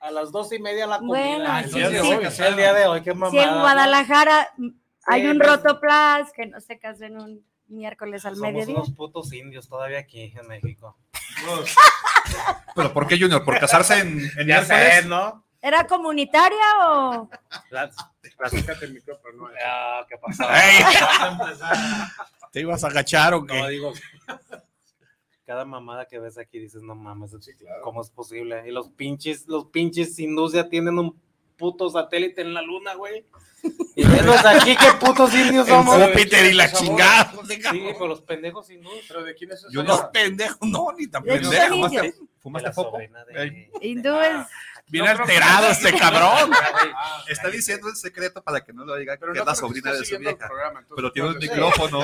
A las 12 y media la comida.
Bueno,
Ah, el día
sí,
de
sí, se
hoy, es
casaron.
el día de hoy, qué mamada.
Si en Guadalajara mm, hay un
pues-
rotoplas que no se casó en un miércoles al
Somos
mediodía.
unos putos indios todavía aquí en México.
¿Pero por qué, Junior? ¿Por casarse en, en
Ya
miércoles?
sé, ¿no?
¿Era comunitaria o
Las-
Acércate el micrófono. eh.
Ah, ¿qué pasó?
Ey.
Vas a empezar.
¿Te ibas a agachar o qué?
No, digo, <laughs> cada mamada que ves aquí dices, no mames, ¿cómo es posible? Y los pinches, los pinches hindús ya tienen un puto satélite en la luna, güey. <laughs> Y venos aquí, qué putos indios
En
somos.
Júpiter y la chingada.
Sí, con los pendejos hindús.
¿Pero de quién es
Yo
eso?
no pendejo, no, ni tan
Yo no
pendejo.
sé.
¿Fumaste- <laughs>
Indio.
¿Fumaste
De la
poco?
sobrina de-
Ey.
de-
hindúes?
Bien alterado este cabrón.
Ah, güey.
Está diciendo el secreto para que no lo diga,
Pero
que
no
es la
creo que
sobrina
esté
de su
siguiendo el
vieja.
programa, entonces
Pero tiene
no
un
sé.
micrófono.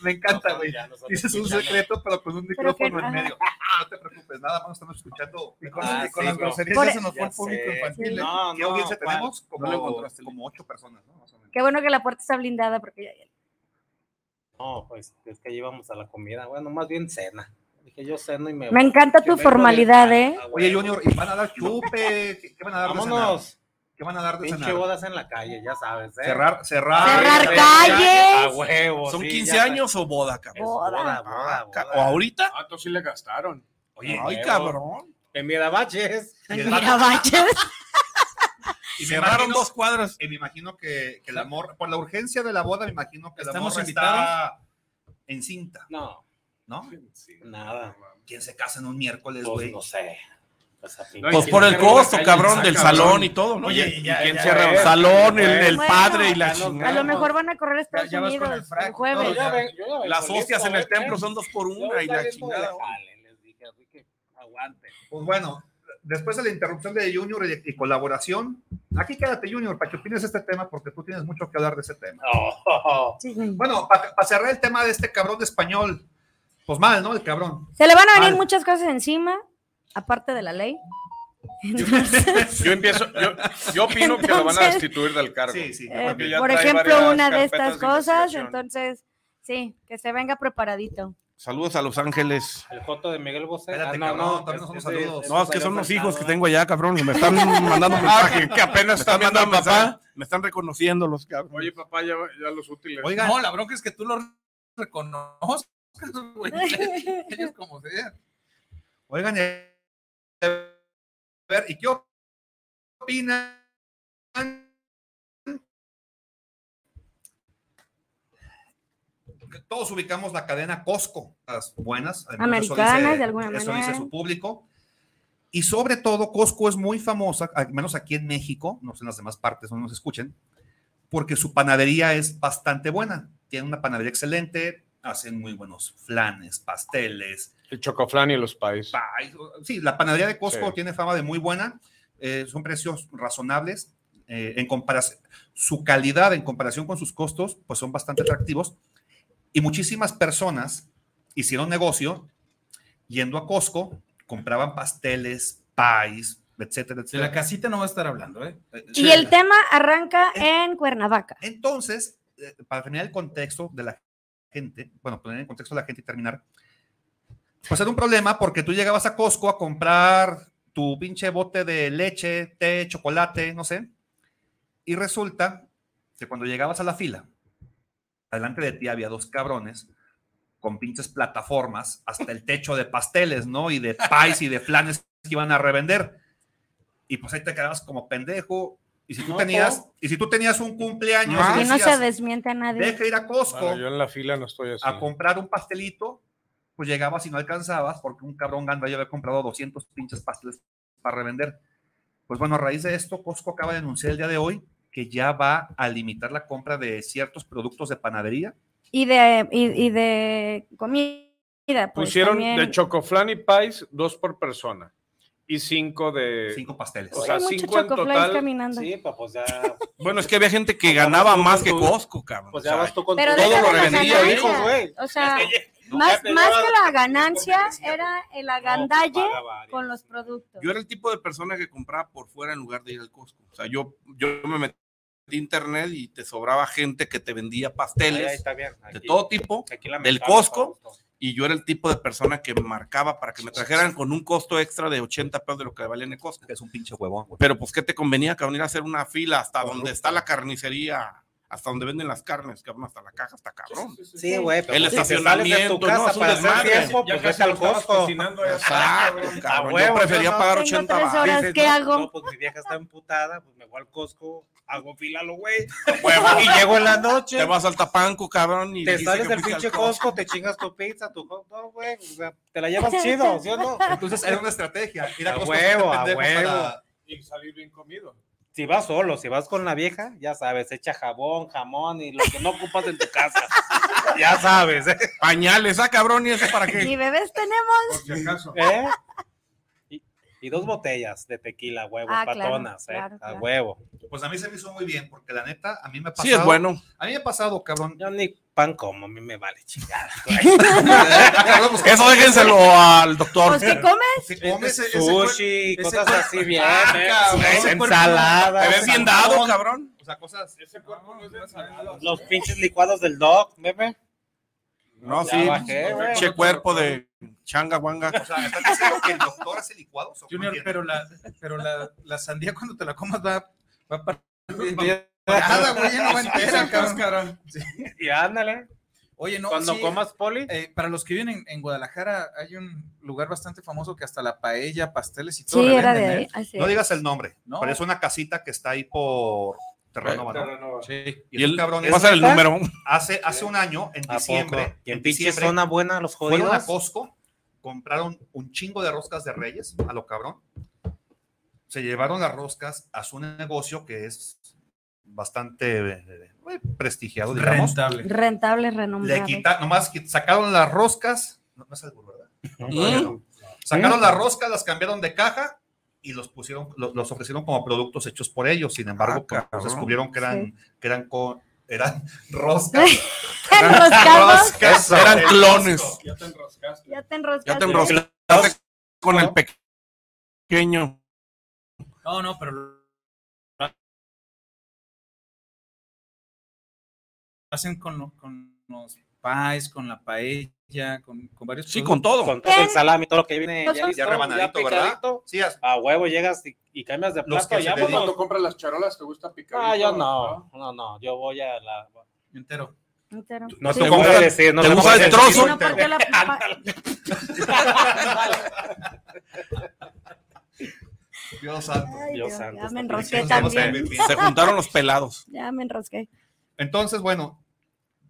<laughs> Me encanta,
No,
güey.
ya, nosotros
Dices un
escuchamos.
secreto, pero con un
que-
micrófono en
ajá.
medio. Ah, No te preocupes, nada más estamos escuchando. Y con,
Ah,
y con
sí,
las
bro.
groserías
Por-
ya se nos fue
Ya
el público
sé.
infantil. ¿eh?
No,
¿Qué
no,
audiencia
¿cuál?
tenemos?
No lo
Como,
encontraste.
como ocho personas, ¿no? Más o menos.
Qué bueno que la puerta está blindada porque ya-
No, pues es que íbamos a la comida. Bueno, más bien cena. Dije, yo ceno y me voy.
me encanta
Yo
tu
vengo de-
formalidad, ¿eh?
Ah, güey.
Oye, Junior, ¿y van a dar chupe? ¿Qué, qué van a dar de cenar?
Vámonos.
¿Qué van a dar de
Pinche
cenar?
bodas en la calle, ya sabes, ¿eh?
Cerrar, cerrar. Eh,
Cerrar
sí,
calles.
A huevo.
¿Son
sí,
15
ya
años o boda,
sabes. Es
cabrón?
boda, boda,
Ah, ca- ¿O
boda.
ahorita?
Ah, entonces sí le gastaron.
Oye,
Ah,
ay,
huevo.
cabrón.
En Mirabaches.
Y, el-
Mira, baches.
y me
Cerraron
imagino,
dos cuadras.
y me imagino que, que la morra, por la urgencia de la boda, me imagino que la
¿Estamos
morra
invitados?
está en cinta,
No,
¿no?
Sí.
nada.
¿Quién se casa en un miércoles,
Pues
güey?
no sé. Pues, a pinche-
Ay,
Pues
que
por
no
el
cierren la
costo,
calle,
cabrón,
saca,
del
cabrón.
salón y todo, ¿no?
Oye,
¿Y
ya-
quién
ya-
cierra el
eh,
ya-
salón, el, el
Bueno,
padre y la
ya nos-
A
chingada?
lo mejor van a correr a Estados
Ya- ya vas con el
Unidos
frac,
el
No,
jueves.
ya ven- yo ya ven
Las
solito,
hostias en el
¿eh?
templo son dos por
Yo
una y la
saliendo de
chingada.
jale, Les dije, así que aguante. <laughs>
Pues bueno, después de la interrupción de Junior y, y colaboración, aquí quédate, Junior, para que opines este tema, porque tú tienes mucho que hablar de ese tema.
Oh,
Sí.
Bueno, para cerrar el tema de este cabrón de español, pues mal, ¿no? El cabrón.
Se le van a venir
Mal.
muchas cosas encima, aparte de la ley.
Yo empiezo, yo, yo opino que lo van a
Entonces-
destituir del cargo.
Sí, sí.
Eh,
Porque ya
por
trae
ejemplo,
varias
una de
carpetas
estas
de
cosas,
investigación.
entonces, sí, que se venga preparadito.
Saludos a Los Ángeles.
el Joto de Miguel Bosé. Ah,
Espérate, cabrón, también nos
este, es-
somos
ese-
saludos.
ese
No, es que
salió
son los
saltado,
hijos que
¿eh?
tengo allá, cabrón. Me están mandando mensajes.
que apenas
Me están
viendo
mandando
mensaje.
papá. Me están reconociendo los cabrones.
Oye, papá, ya, ya los útiles.
Oigan,
No, la bronca es que tú lo reconozcas,
<laughs>
güey. Ellos como sea.
oigan, eh, a ver, ¿y qué opinan? Que Todos ubicamos la cadena Costco, las buenas. al menos eso
Americanas,
dice-
de alguna
Eso dice
manera.
su público. Y sobre todo, Costco es muy famosa, al menos aquí en México, no sé en las demás partes, no nos escuchen, porque su panadería es bastante buena. Tiene una panadería excelente, hacen muy buenos flanes, pasteles,
El chocoflan y los pais.
Pa- Sí, la panadería de Costco
Sí.
tiene fama de muy buena, eh, son precios razonables. eh, en comparación, su calidad en comparación con sus costos, pues son bastante atractivos. Y muchísimas personas hicieron negocio yendo a Costco, compraban pasteles, pies, etcétera,
De la
etcétera.
casita no va a estar hablando, ¿eh?
Eh,
Y el tema arranca en Cuernavaca.
Entonces, eh, para terminar el contexto de la gente, bueno, poner en contexto a la gente y terminar, pues era un problema porque tú llegabas a Costco a comprar tu pinche bote de leche, té, chocolate, no sé, y resulta que cuando llegabas a la fila, adelante de ti había dos cabrones con pinches plataformas hasta el techo de pasteles, ¿no? Y de pies y de flanes que iban a revender. Y pues ahí te quedabas como pendejo. Y si tú
No,
tenías, y si tú tenías un cumpleaños,
Ah,
Que
y
no se
decías,
desmiente a nadie.
deja ir a Costco
Bueno, yo en la fila no estoy así.
a comprar un pastelito, pues llegabas y no alcanzabas porque un cabrón ganda ya había comprado 200 pinches pasteles para revender. Pues bueno, a raíz de esto, Costco acaba de anunciar el día de hoy que ya va a limitar la compra de ciertos productos de panadería.
Y de, y, y de comida. Pues,
Pusieron
también.
de chocoflan y pais dos por persona. Y cinco de.
Cinco pasteles.
o
Uy,
sea,
hay mucho
cinco en
chocoflakes
total,
caminando.
Sí, pa, pues ya.
Bueno, es que había gente que
Pues ya
ganaba
vas tú
más
con
que
tu-
Costco, cabrón.
Pues
O
ya
sea,
vas tú con
Pero
todo
déjame
lo
la
revendía,
ganancia. <laughs>
hijos,
güey.
O sea,
No,
más,
te
más
llevas-
que la ganancia era el agandalle
paga varias.
con los productos.
Yo era el tipo de persona que compraba por fuera en lugar de ir al Costco. O sea, yo, yo me metía de internet y te sobraba gente que te vendía pasteles
Ahí está bien,
de
aquí-
todo tipo.
aquí la
del
metamos,
Costco.
Fausto.
Y yo era el tipo de persona que marcaba para que me trajeran con un costo extra de 80 pesos de lo que valía en el Costco.
Es un pinche huevón. güey.
Pero pues, ¿qué te convenía, cabrón? Ir a hacer una fila hasta donde
Corrupto.
está la carnicería, hasta donde venden las carnes, cabrón, hasta la caja, hasta cabrón.
Sí, güey, pero
El
pues, si te sales
estacionamiento,
de
¿no?
tu casa
Es un
para hacer
desmadre.
tiempo,
Ya
pues
casi
vete
lo
al
estabas
Costco.
cocinando allá.
Exacto, cabrón. Yo
Ah, huevo,
prefería
yo no
pagar
tengo
80
tres
baros.
horas.
Dices,
¿qué
no,
hago?
No, pues mi vieja está emputada, pues me voy al Costco, hago fila a
<laughs>
lo güey. <laughs> Y llego en la noche,
Te
te,
vas al tapanco, cabrón. Y dijiste
sales
que
del
fuiste al
pinche
Costco.
Costco, te chingas tu pizza, tu hot dog, güey. O sea, te la llevas
<laughs>
chido, ¿sí o no?
Entonces era una estrategia. Ir
A
cosas
huevo,
de
a
pendejos
huevo.
este para-
Y salir bien comido.
Si vas solo, si vas con la vieja, ya sabes, echa jabón, jamón y lo que no ocupas en tu casa. <laughs> ya sabes, ¿eh?
Pañales, ah, cabrón, ¿y eso para qué?
Ni bebés tenemos.
Por si acaso.
¿Eh? Y, y dos botellas de tequila, huevo,
Ah, claro,
patonas, ¿eh?
claro,
A
claro.
huevo.
Pues a mí se me hizo muy bien, porque la neta, a mí me ha pasado.
Sí, es bueno.
A mí me ha pasado, cabrón.
Yo ni pan como, a mí me vale chingada.
Cabrón, pues,
Eso
<laughs>
déjenselo al doctor.
Pues que comes.
Si comes ese- ese cuer-
Sushi, cosas así bien,
Ah,
¿eh?
cabrón.
Ese
Ese cuerpo-
Ensaladas.
Te ves bien dado, cabrón.
O sea, cosas.
Ese cuerpo no es de ensalada.
Los pinches licuados del dog, bebé.
No,
Ya
sí.
bajé, güey.
Che cuerpo de changa, guanga.
O sea, ¿estás diciendo que el doctor hace licuados? o cómo
Junior,
entiendo?
pero la, pero la, la sandía cuando te la comas va, va para.
Nada, güey, ya no va entera, cabrón.
Y ándale.
Oye, no,
Cuando
sí,
comas poli,
eh, para los que viven en, en Guadalajara, hay un lugar bastante famoso que hasta la paella, pasteles y todo.
Sí,
la
era de
venden,
ahí.
¿eh?
así
No
es.
digas el nombre,
No.
pero es una casita que está ahí por Terranova, ¿no?
Sí.
Y, el cabrón
va a ser el
¿Neta?
número uno.
hace, hace un año, en
¿a poco?
diciembre,
Y en pinche
diciembre,
zona buena, los
fueron a
jodidos.
Costco, compraron un chingo de roscas de reyes, a lo cabrón. Se llevaron las roscas a su negocio que es bastante eh, eh, prestigiado, digamos.
Rentable.
Rentable,
Le
renombrado. <laughs>
quitaron, nomás qui- sacaron las roscas, no, no es albur, ¿verdad?
Mm.
Sacaron las roscas, las cambiaron de caja y los pusieron, los, los ofrecieron como productos hechos por ellos. Sin embargo,
Ah,
pues,
cabrón.
descubrieron que eran, que eran con, eran <laughs> roscas.
Enroscados.
roscas
Eran
del
clones.
Costco.
Ya te enroscaste.
Ya te enroscaste.
Ya te enroscaste con el pequeño.
No, no, pero. lo Hacen con, lo- con los pies, con la paella, con, con varios.
Sí, con
productos.
todo.
Con todo
Eh,
el salami, todo lo que viene.
Ya
listo,
rebanadito,
picadito.
Sí, as-
A huevo llegas y, y cambias de
Los
plato.
que
Ya
se
Cuando
vámonos.
compras las charolas, te gusta picar.
Ah, yo no. No, no, yo voy a la.
entero.
Entero.
No
Sí.
te
te gusta-
puedo decir, no
te
se
gusta
puede
el
decir.
trozo?
No, porque la-
Dios santo.
Ay,
Dios
Dios,
santo,
ya me
está
enrosqué
Estamos en
también.
Filipina.
Se juntaron los pelados.
Ya me enrosqué.
Entonces, bueno,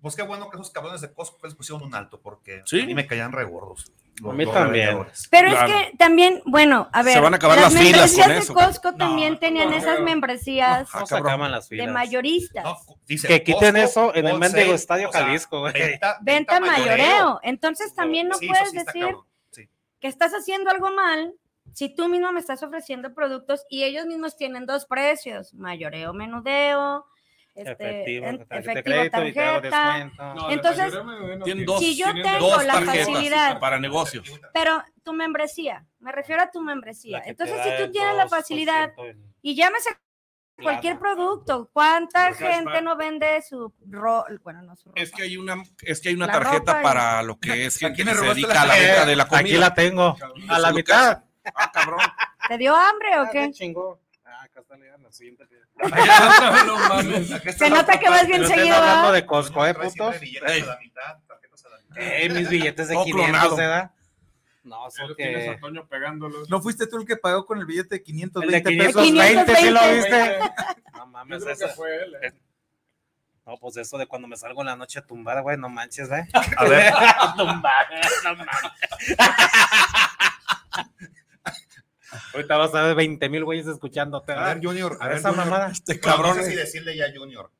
pues qué bueno que esos cabrones de Costco les pusieron un alto porque
Sí.
a mí me caían regordos.
A mí también.
Pero
Claro.
es que también, bueno, a ver.
Se van a acabar las filas
membresías
con
de
eso,
Costco también
no,
tenían
no,
esas
no.
membresías
Ah,
No se
cabrón.
acaban las
de
filas.
mayoristas.
Que quiten eso en el mendigo estadio Jalisco, güey.
Venta mayoreo. Entonces también no
Sí, eso
puedes
sí está
decir
cabrón.
que estás haciendo algo mal si tú mismo me estás ofreciendo productos y ellos mismos tienen dos precios, mayoreo, menudeo, este,
Efectivo,
en-
tarjeta de
efectivo,
crédito y te hago
tarjeta.
descuento.
Entonces,
Tienen dos,
Si yo
tienen
tengo
dos
la
tarjetas
facilidad-
para
<laughs>
negocios.
Pero tu membresía, me refiero a tu membresía.
La que te
Entonces,
da
si tú
el
tienes la
2%
facilidad
en-
y llámese cualquier
Claro.
producto, ¿cuánta
El cashback.
gente no vende su ro bueno, no su ropa?
Es que hay una, es que hay una
La
tarjeta
ropa y-
para lo que es gente
quién
que
le
se
robaste
dedica
la
a la
tarjeta?
venta de la
Aquí
comida.
la tengo. A
Eso
la
es lo que
mitad.
hacen. Ah, cabrón.
¿Te dio hambre
Ah,
o qué?
chingó. Ah, acá está la la siguiente.
Acá está la
Se nota
otra
que vas
parte.
bien
Pero estoy
seguido,
hablando
¿verdad?
de Costco, ¿eh,
Trae
putos?
siempre billetes a la mitad, tarjetas a la mitad.
Eh, mis billetes de
Todo
500,
clonado.
¿verdad? No, eso
Solo tienes a
que...
Toño pegándolos.
¿No fuiste tú el que pagó con el billete de 520
El de
pesos?
500, 520, ¿sí lo
520.
viste? No
Yo
mames,
creo que
eso.
fue él. eh.
No, pues eso de cuando me salgo en la noche a tumbar, güey, no manches, ¿eh?
A <laughs> ver,
A tumbar, <laughs> no mames. Ahorita vas a ver 20 mil güeyes escuchándote,
a
¿verdad?
ver, Junior. A ver,
esa
Junior.
mamada.
Este
Bueno,
cabrón.
No sé si decirle ya Junior.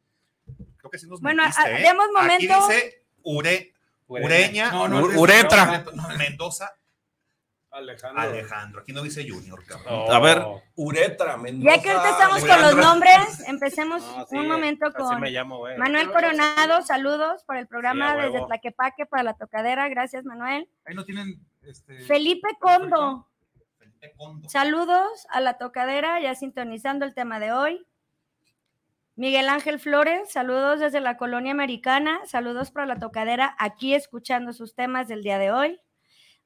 Creo que sí nos
Bueno,
mentiste,
a-
¿eh?
demos
Aquí
momento.
dice Ure- Ureña,
No, no,
U-
es-
uretra.
Mendoza,
Alejandro.
Alejandro. Aquí no dice Junior, cabrón.
Oh.
A ver. Uretra,
Ya que ahorita estamos con los nombres, empecemos
No, sí,
un momento
así
con
me llamo, güey.
Manuel Coronado, saludos por el
Sí,
programa
a huevo.
desde Tlaquepaque para la tocadera, gracias Manuel.
Ahí no tienen. Este,
Felipe Condo,
Felipe Condo.
saludos a la tocadera, ya sintonizando el tema de hoy. Miguel Ángel Flores, saludos desde la colonia americana, saludos para la tocadera, aquí escuchando sus temas del día de hoy.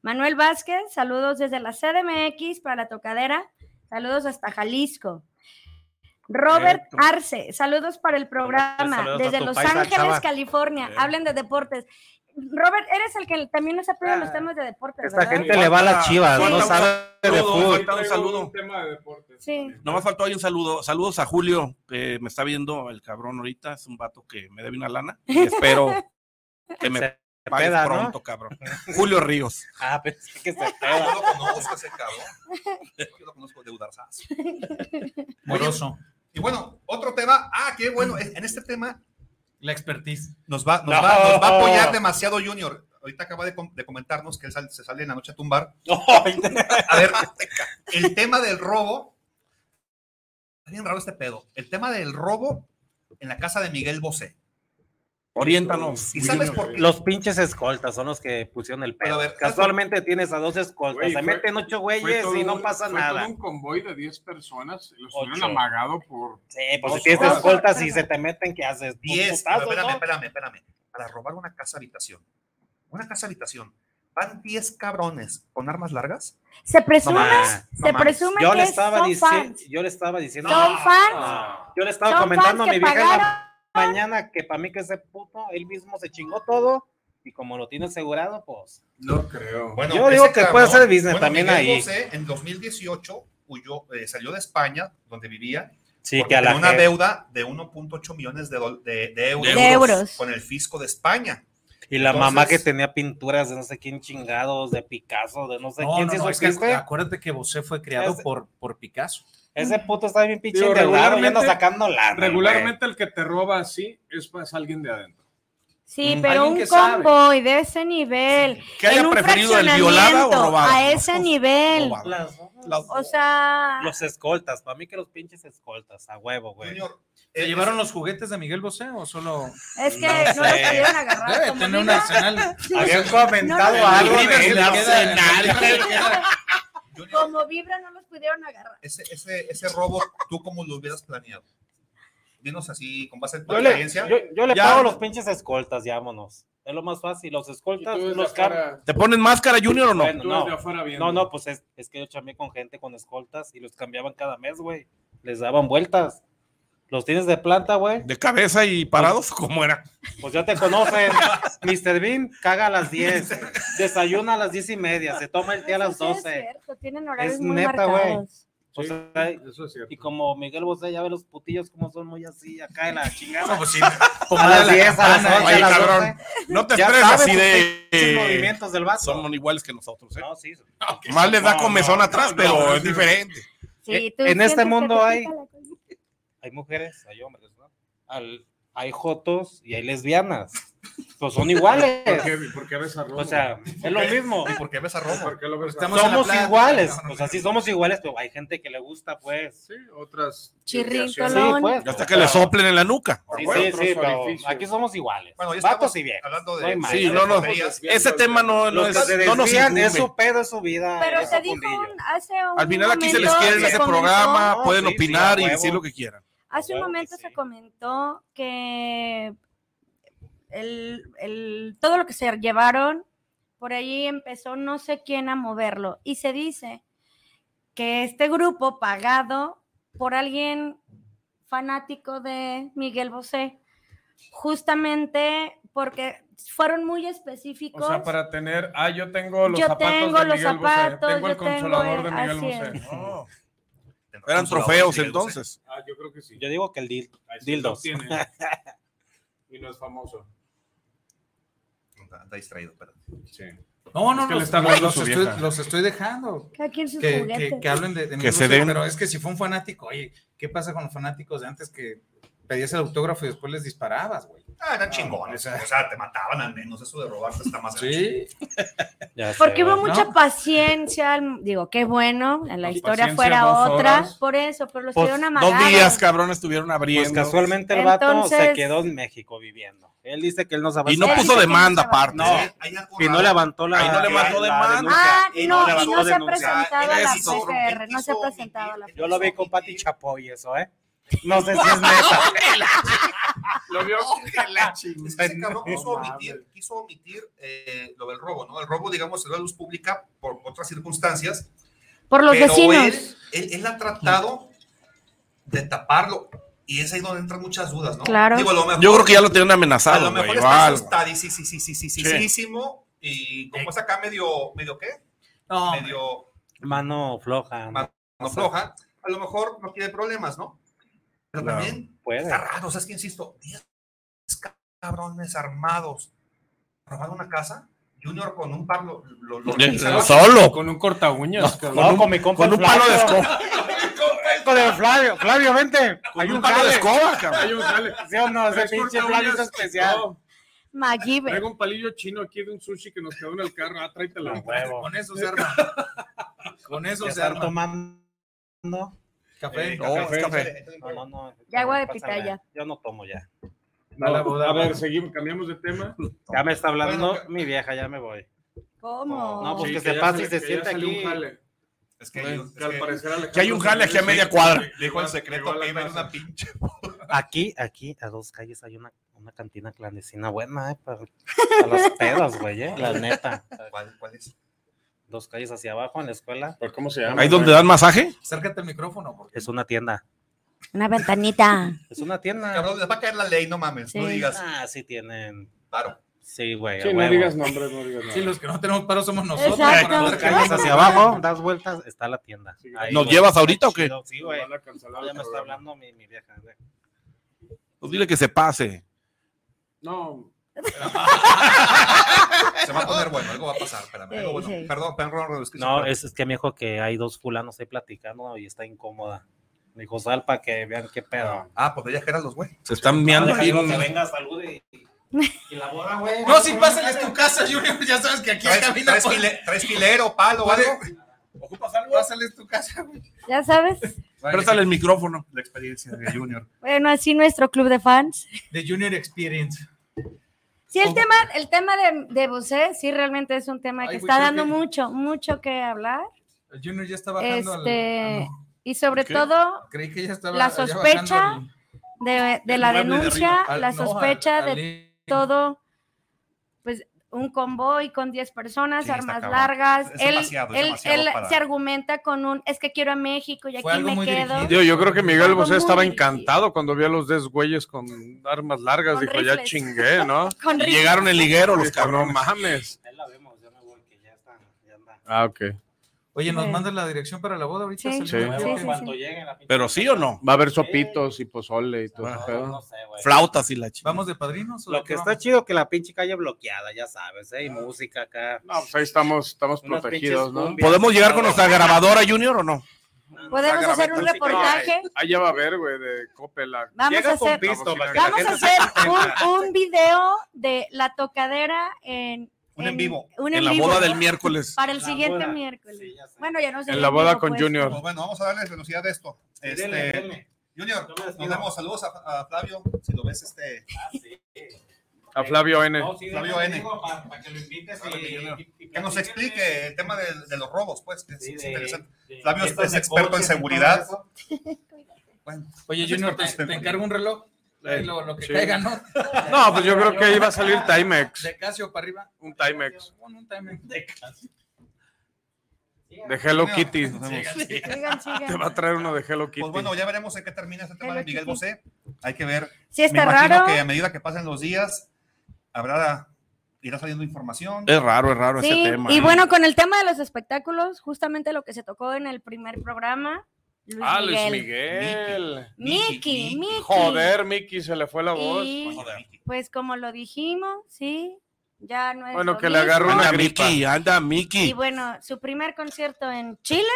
Manuel Vázquez, saludos desde la CDMX para la tocadera, saludos hasta Jalisco. Robert
Correcto.
Arce, saludos para el programa
Saludos a
desde
tu
Los
paisa,
Ángeles,
Chava.
California.
Bien.
Hablen de deportes. Robert, eres el que también nos aprueba los
Ah,
temas de deportes,
Esta
¿verdad?
gente le va a las chivas,
Falta
no
un
sabe de
saludo,
fútbol.
falta un saludo.
tema de deportes.
Sí.
Nomás faltó ahí un saludo. Saludos a Julio, que me está viendo el cabrón ahorita. Es un vato que me debe una lana. Y espero que me
<laughs> Se
pagues
peda, ¿no?
pronto, cabrón. Julio Ríos.
Ah, pensé que se
Yo
peda.
lo conozco ese cabrón. Yo lo conozco de Udarzas.
Moroso.
Y bueno, otro tema. Ah, qué bueno. es- En este tema
La expertise.
nos va, nos
No.
va, nos va a apoyar demasiado Junior. Ahorita acaba de, com- de comentarnos que él sal- se sale en la noche a tumbar. A ver, el tema del robo. Está bien raro este pedo. El tema del robo en la casa de Miguel Bosé.
Oriéntanos.
¿Y sabes por qué?
Los pinches escoltas son los que pusieron el
Pero
pedo.
a ver,
Casualmente tienes a dos escoltas.
Güey,
se
fue-
meten ocho
Fue
güeyes
todo
y no
un-
pasa
fue
nada.
todo un convoy de 10 personas. Los
Ocho.
hubieran amagado por.
Sí, pues si
Dos
tienes
horas.
escoltas y se te meten, ¿qué haces? Pues,
10.
Putazos,
espérame,
¿no?
espérame, espérame. Para robar una casa habitación. Una casa habitación. Van 10 cabrones con armas largas.
Se presume,
No mames,
se
no
presume
Yo
que
le estaba
son
diciendo,
fans.
yo le estaba diciendo,
Son fans.
Ah, yo le estaba
Son
comentando a
fans
mi
que
vieja en la
pagaron.
mañana que para mí que ese puto, él mismo se chingó todo y como lo tiene asegurado, pues.
No creo.
Bueno,
Yo digo
ese
que puede ser business también
Miguel
ahí.
Bosé, en 2018 huyó, eh, salió de España, donde vivía,
Sí,
porque
que a la
tenía una
jef-
deuda de 1.8 millones de, dol- de- de euros,
De euros.
con el fisco de España.
Y la mamá que
entonces-
tenía pinturas de no sé quién chingados, de Picasso, de no sé
No,
quién.
no,
¿sí
no, es que
supiste?
acuérdate que Bosé fue creado
Es-
por, por Picasso.
Ese puto está bien pinche
Digo,
endeudado, ya anda
regularmente-
sacando lana.
Regularmente el que te roba así es pues alguien de adentro.
Sí,
Mm.
pero
Alguien
un
que sabe.
convoy de ese nivel,
¿Qué haya
en un
preferido el
fraccionamiento
violada o robada?
a ese nivel,
güey. Las-
o sea,
los escoltas, para mí que los pinches escoltas, a huevo, güey.
Junior,
¿Se
eh,
llevaron los juguetes de Miguel Bosé o solo
es que
no
no, los
sé.
pudieron agarrar.
debe
Ah, como
tener un
diga.
arsenal?
Habían comentado
No, no, no.
algo
El
de
libro
el
se le queda-
arsenal.
Junior,
Como vibra no los pudieron agarrar.
ese, ese, ese robo, ¿tú cómo lo hubieras planeado? Dinos así, con base en tu
Yo le,
experiencia.
yo- yo le
Ya.
pago los pinches escoltas, ya vámonos. Es lo más fácil, los escoltas, los carros.
¿Te ponen máscara, Junior, o no?
Bueno, no.
viendo.
No, no, pues es, es que yo chamé con gente con escoltas y los cambiaban cada mes, güey. Les daban vueltas. Los tienes de planta, güey.
¿De cabeza y parados? ¿Cómo era?
Pues ya te conocen. Mr. Bean caga a las 10. Desayuna a las 10 y media. Se toma el té a las
Eso sí es
12.
cierto, tienen horarios
Es
muy
neta, güey.
marcados.
O
Sí,
sea,
eso es cierto.
y como Miguel Bosé, ya ve los putillos como son muy así, acá en la
<laughs>
chingada.
No, pues sí.
<laughs> A las 10, a las
campana,
11, a
oye,
las
cabrón.
12.
No te
Ya
esperes
sabes
así
sus
de.
pinches movimientos del vaso.
Son iguales que nosotros. ¿eh?
No, sí.
Más les da
No,
comezón
no,
atrás,
no,
pero
no,
es
sí.
diferente.
Sí,
Eh,
tú
en este
sientes que
mundo
te
hay-
pica la cosa.
hay mujeres, hay hombres, ¿no? Al- hay jotos y hay lesbianas. Pues son
<laughs>
iguales.
¿Por qué, ¿Por qué ves a Romo?
o sea, es lo mismo.
¿Y por qué ves a Romo?
¿por qué lo ves a
Estamos-
Romo?
en la
Somos
playa,
iguales.
no, no,
O sea, sí somos iguales, pero hay gente que le gusta, pues.
Sí, otras.
Chirrito,
Sí,
desviaciones.
No,
pues.
Hasta que le soplen en la nuca.
Sí,
Bueno,
sí,
otros
sí, pero
orificios.
aquí somos iguales.
Bueno, ya
Vatos
estamos
y viejas.
hablando de-
No hay más.
Sí, no, no.
Ese
Ese tema no, no
Los
es.
que se
No nos
desvían es
incumbe.
su pedo, es su vida.
Pero
es
se
su
dijo
mundillo.
un- hace un
Al final aquí se les
momento
quiere en
se
ese
comentó-
programa,
No,
pueden
sí, sí,
opinar
a
y
huevo.
decir lo que quieran.
Hace un
Claro que
momento se
sí.
comentó que el, el- todo lo que se llevaron, por ahí empezó no sé quién a moverlo. Y se dice que este grupo pagado por alguien fanático de Miguel Bosé, justamente porque fueron muy específicos.
O sea, para tener. Ah, yo tengo los
Yo
zapatos.
tengo
de
los
Miguel Bosé,
zapatos,
Tengo el
yo tengo
consolador
el-
de Miguel
así es.
Bosé.
No, Eran
Consoladores,
trofeos
Miguel Bosé.
entonces.
Ah, yo creo que sí.
Yo digo que el deal.
Ahí sí
Dildos.
lo
<laughs>
tiene. Y no es famoso.
Anda distraído, perdón.
Sí.
No,
Es
no,
que
los,
le está hablando
los
su
estoy,
vieja.
los estoy dejando.
Cada quien sus
Que,
juguetes.
que- que hablen de, de
Que
Miguel
se
Bosé,
den.
Pero es que si fue un fanático, oye, ¿qué pasa con los fanáticos de antes que pedías el autógrafo y después les disparabas, güey?
Ah, eran chingones.
o sea-
o sea, te mataban al menos. Eso de robarte está más gacho.
Sí.
Ya sé,
Porque hubo
güey.
mucha
¿no?
paciencia, al- digo, qué bueno, en la
Pues
historia
paciencia,
fuera
dos
otra,
horas.
por eso, pero los
Pues,
tuvieron
dos
amagados.
días, cabrón, estuvieron
Pues
abriendo.
casualmente el vato se
Entonces-
quedó en México viviendo. Él dice que él no sabe.
y no
si-
Él
puso
dice que no
demanda
se va.
aparte.
No.
¿eh?
Hay algo
Y no
raro.
levantó la.
Ahí no levantó
la
demanda.
denuncia.
Ah,
Y
no,
levantó
y no se ha
denuncia.
presentado a la
Eso,
PCR, no se ha
quiso
presentado a la
omitir,
Yo lo vi
quiso
con Pati
omitir.
Chapoy, eso, ¿eh? No sé si es neta.
<laughs> Lo
<laughs>
vio.
Ese cabrón quiso
No
omitir,
mames.
quiso omitir eh, lo del robo, ¿no? El robo, digamos, salió a la luz pública por otras circunstancias.
Por los
pero
vecinos.
Él, él, él ha tratado de taparlo. Y es ahí donde entran muchas dudas, ¿no?
Claro.
Digo, a lo mejor-
Yo creo que ya lo tienen
A
amenazado,
lo
güey.
mejor
o
está
algo.
asustadísimo, sí, sí, sí, sí, sí, sí, sí, sí, y como es acá medio, medio qué,
No,
medio
<laughs> Mano floja.
Mano-
No
no floja, a lo mejor no tiene problemas, ¿no? Pero
Claro.
también
puede.
está raro, o sea, es que insisto, 10 cabrones armados robando una casa, Junior con un par lo, lo- lo organizaba.
Solo.
Con un corta uñas.
No, con mi compa
Con un
Flavio.
palo de escoba.
Con el Flavio. Flavio, vente. Hay
Con
un
un palo de
jale.
escoba, cabrón.
Hay un jale.
Sí o no, ese
Tres
pinche
corta
Flavio es
uñas.
especial.
No,
Magive.
Traigo un palillo chino aquí de un sushi que nos quedó en el carro. Ah, tráetelo.
A huevo.
con eso se arma. Con eso
Ya
se
están
arma.
tomando. No,
Café.
Eh,
No, es café.
entonces,
no, no.
Y agua de
pásame.
pitaya.
Yo no tomo ya.
No,
A la boda,
a ver,
güey.
seguimos, cambiamos de tema.
Ya me está hablando
Bueno,
mi vieja, ya me voy.
¿Cómo?
No, pues
Sí,
que
ya
se pase y
sale-
se
que ya
siente
salió un
aquí.
jale.
Es que,
Que,
es que
al parecer
Que hay un jale aquí a media cuadra.
dijo el secreto que iba en una pinche.
Aquí, aquí, a dos calles hay una, una cantina clandestina buena, eh, para, para las pedas, güey, eh, la neta.
<laughs> ¿Cuál, cuál es?
Dos calles hacia abajo en la escuela.
Pues, ¿Cómo se llama?
¿Ahí donde dan masaje?
Acércate al micrófono. Porque...
Es una tienda.
Una ventanita.
Es una tienda.
Cabrón, les va a caer la ley, no mames, no
Sí.
digas.
Ah, sí tienen.
Claro.
Sí, güey. a
Sí, no
huevo.
digas nombres, no digas
Sí,
nombres.
los que no tenemos paro somos nosotros.
Exacto.
para
Dos
andar cagando.
calles hacia abajo, das vueltas, está la tienda.
Sí,
Ahí,
¿Nos
güey,
llevas
está
ahorita o qué?
chido. Sí, güey.
Van a cancelar
Ya
el
me está
programa.
hablando mi, mi vieja. güey.
Pues dile que se pase.
No,
Se va a poner bueno, algo va a pasar, espérame. algo bueno.
Sí, sí.
Perdón, perdón, perdón, es que
No,
se-
es, es que me dijo que hay dos fulanos ahí platicando y está incómoda. Me dijo, sal para que vean qué pedo.
Ah, pues ya que eran los güey.
Se están
Ah,
miando aquí.
Déjalo que
un-
venga, salude y, y la borra, güey.
No, si pásales tu casa, Junior. Ya sabes que aquí
Tres,
camina.
tres, file- tres filero, palo, algo.
¿Ocupas algo? Pásales tu casa, güey.
Ya sabes.
Préstale el micrófono.
La experiencia de Junior.
Bueno, así nuestro club de fans.
The Junior Experience.
Sí, el tema, el tema de, de Bosé, sí, realmente es un tema que
Ay, güey,
está
creo
dando
que-
mucho, mucho que hablar.
El Junior ya está bajando. al-
Este,
ah, no.
Y sobre
¿Qué?
todo
Creí que ya estaba. ya
la
bajando
sospecha
al-
de, de
mueble
la
de
denuncia,
arriba. Al-
la
no, al-
sospecha
al-
de todo, pues un convoy con 10 personas,
Sí, está
armas
cabrón.
largas.
Es
él
demasiado, es
él-
demasiado
él
para-
se argumenta con un, es que quiero a México y
Fue
aquí
algo
me
muy
quedo.
dirigido.
Dios,
Yo,
Digo,
yo
yo
creo
creo
que
que
Miguel
Miguel
Algo Bosé
Bosé
muy estaba
estaba
difícil. encantado
encantado cuando vio a los 10 güeyes con armas largas.
Con
Dijo,
Dijo, ya
ya
rifles.
chingué, ¿no?
Con rifles.
Llegaron el liguero los cabrones. mames.
Ahí la vemos, ya me voy, que ya está, ya anda.
Ah, ok.
Oye, nos
Sí.
mandas la dirección para la boda ahorita.
Sí.
Es
Sí.
el nuevo.
Me voy
sí,
en cuanto llegue la pinche
¿Pero sí o no?
Va a haber sopitos y pozole y todo
No,
ese pedo.
Ah, no sé, güey.
Flautas y la chica.
¿Vamos de padrinos? o de
Lo
qué
que está
vamos?
chido que la pinche calle bloqueada, ya sabes, ¿eh? Y música acá.
No, pues ahí estamos, estamos
Unos
protegidos,
pinches
¿no?
cumbias.
¿Podemos llegar con nuestra grabadora, Junior, o no?
Podemos hacer un
Música.
reportaje.
Allá va a haber, güey, de Copela.
Vamos
Llega
a hacer-
con pisto para que la
Vamos a
gente se-
hacer un, un video de la tocadera en
Un en vivo.
un en
En la
vivo,
boda del
¿no?
miércoles.
para el
La
siguiente
boda.
miércoles.
Sí, ya sé.
Bueno, ya no sé.
En la boda con Junior.
Pues bueno, vamos a darle velocidad de esto. Este,
Dele, dele.
Junior,
Yo me despido.
nos damos saludos a, a Flavio, si lo ves, este.
Ah, sí.
A Flavio N.
No, sí,
Flavio
déjame,
N.
digo, pa- pa que lo invites y-
Ándale, Junior.
y- y
Que nos
platíquenle.
explique el tema de, de los robos, pues, que es,
Sí,
es
de-
interesante.
de
Flavio es-
fiestas
es
de
experto en
coches y todo
seguridad.
eso.
Bueno,
Oye, Junior, te, te encargo un reloj. Ahí lo, lo que
Sí.
caiga, ¿no?
No, pues yo creo que ahí va a salir Timex.
De Casio para arriba.
Un Timex.
Pon un timer.
De Hello
Junior,
Kitty.
nos vemos.
Sigan,
<laughs>
sigan.
Te va a traer uno de Hello Kitty.
Pues bueno, ya veremos en qué termina este tema
Hello
de Miguel
Kitty.
Bosé. Hay que ver.
Sí, está
Me imagino
raro.
que a medida que pasen los días, habrá, irá saliendo información.
Es raro, es raro
Sí,
ese tema.
y
¿eh?
bueno, con el tema de los espectáculos, justamente lo que se tocó en el primer programa. Luis
Ah, Luis
Miguel.
Miguel.
Miki, Miki.
Joder, Mickey, se le fue la voz.
Y
Joder.
pues como lo dijimos, sí, ya no es
Bueno,
lo
que le
mismo.
agarró una
Anda,
gripa.
Miki, anda,
Y
Miki.
bueno, su primer concierto en Chile.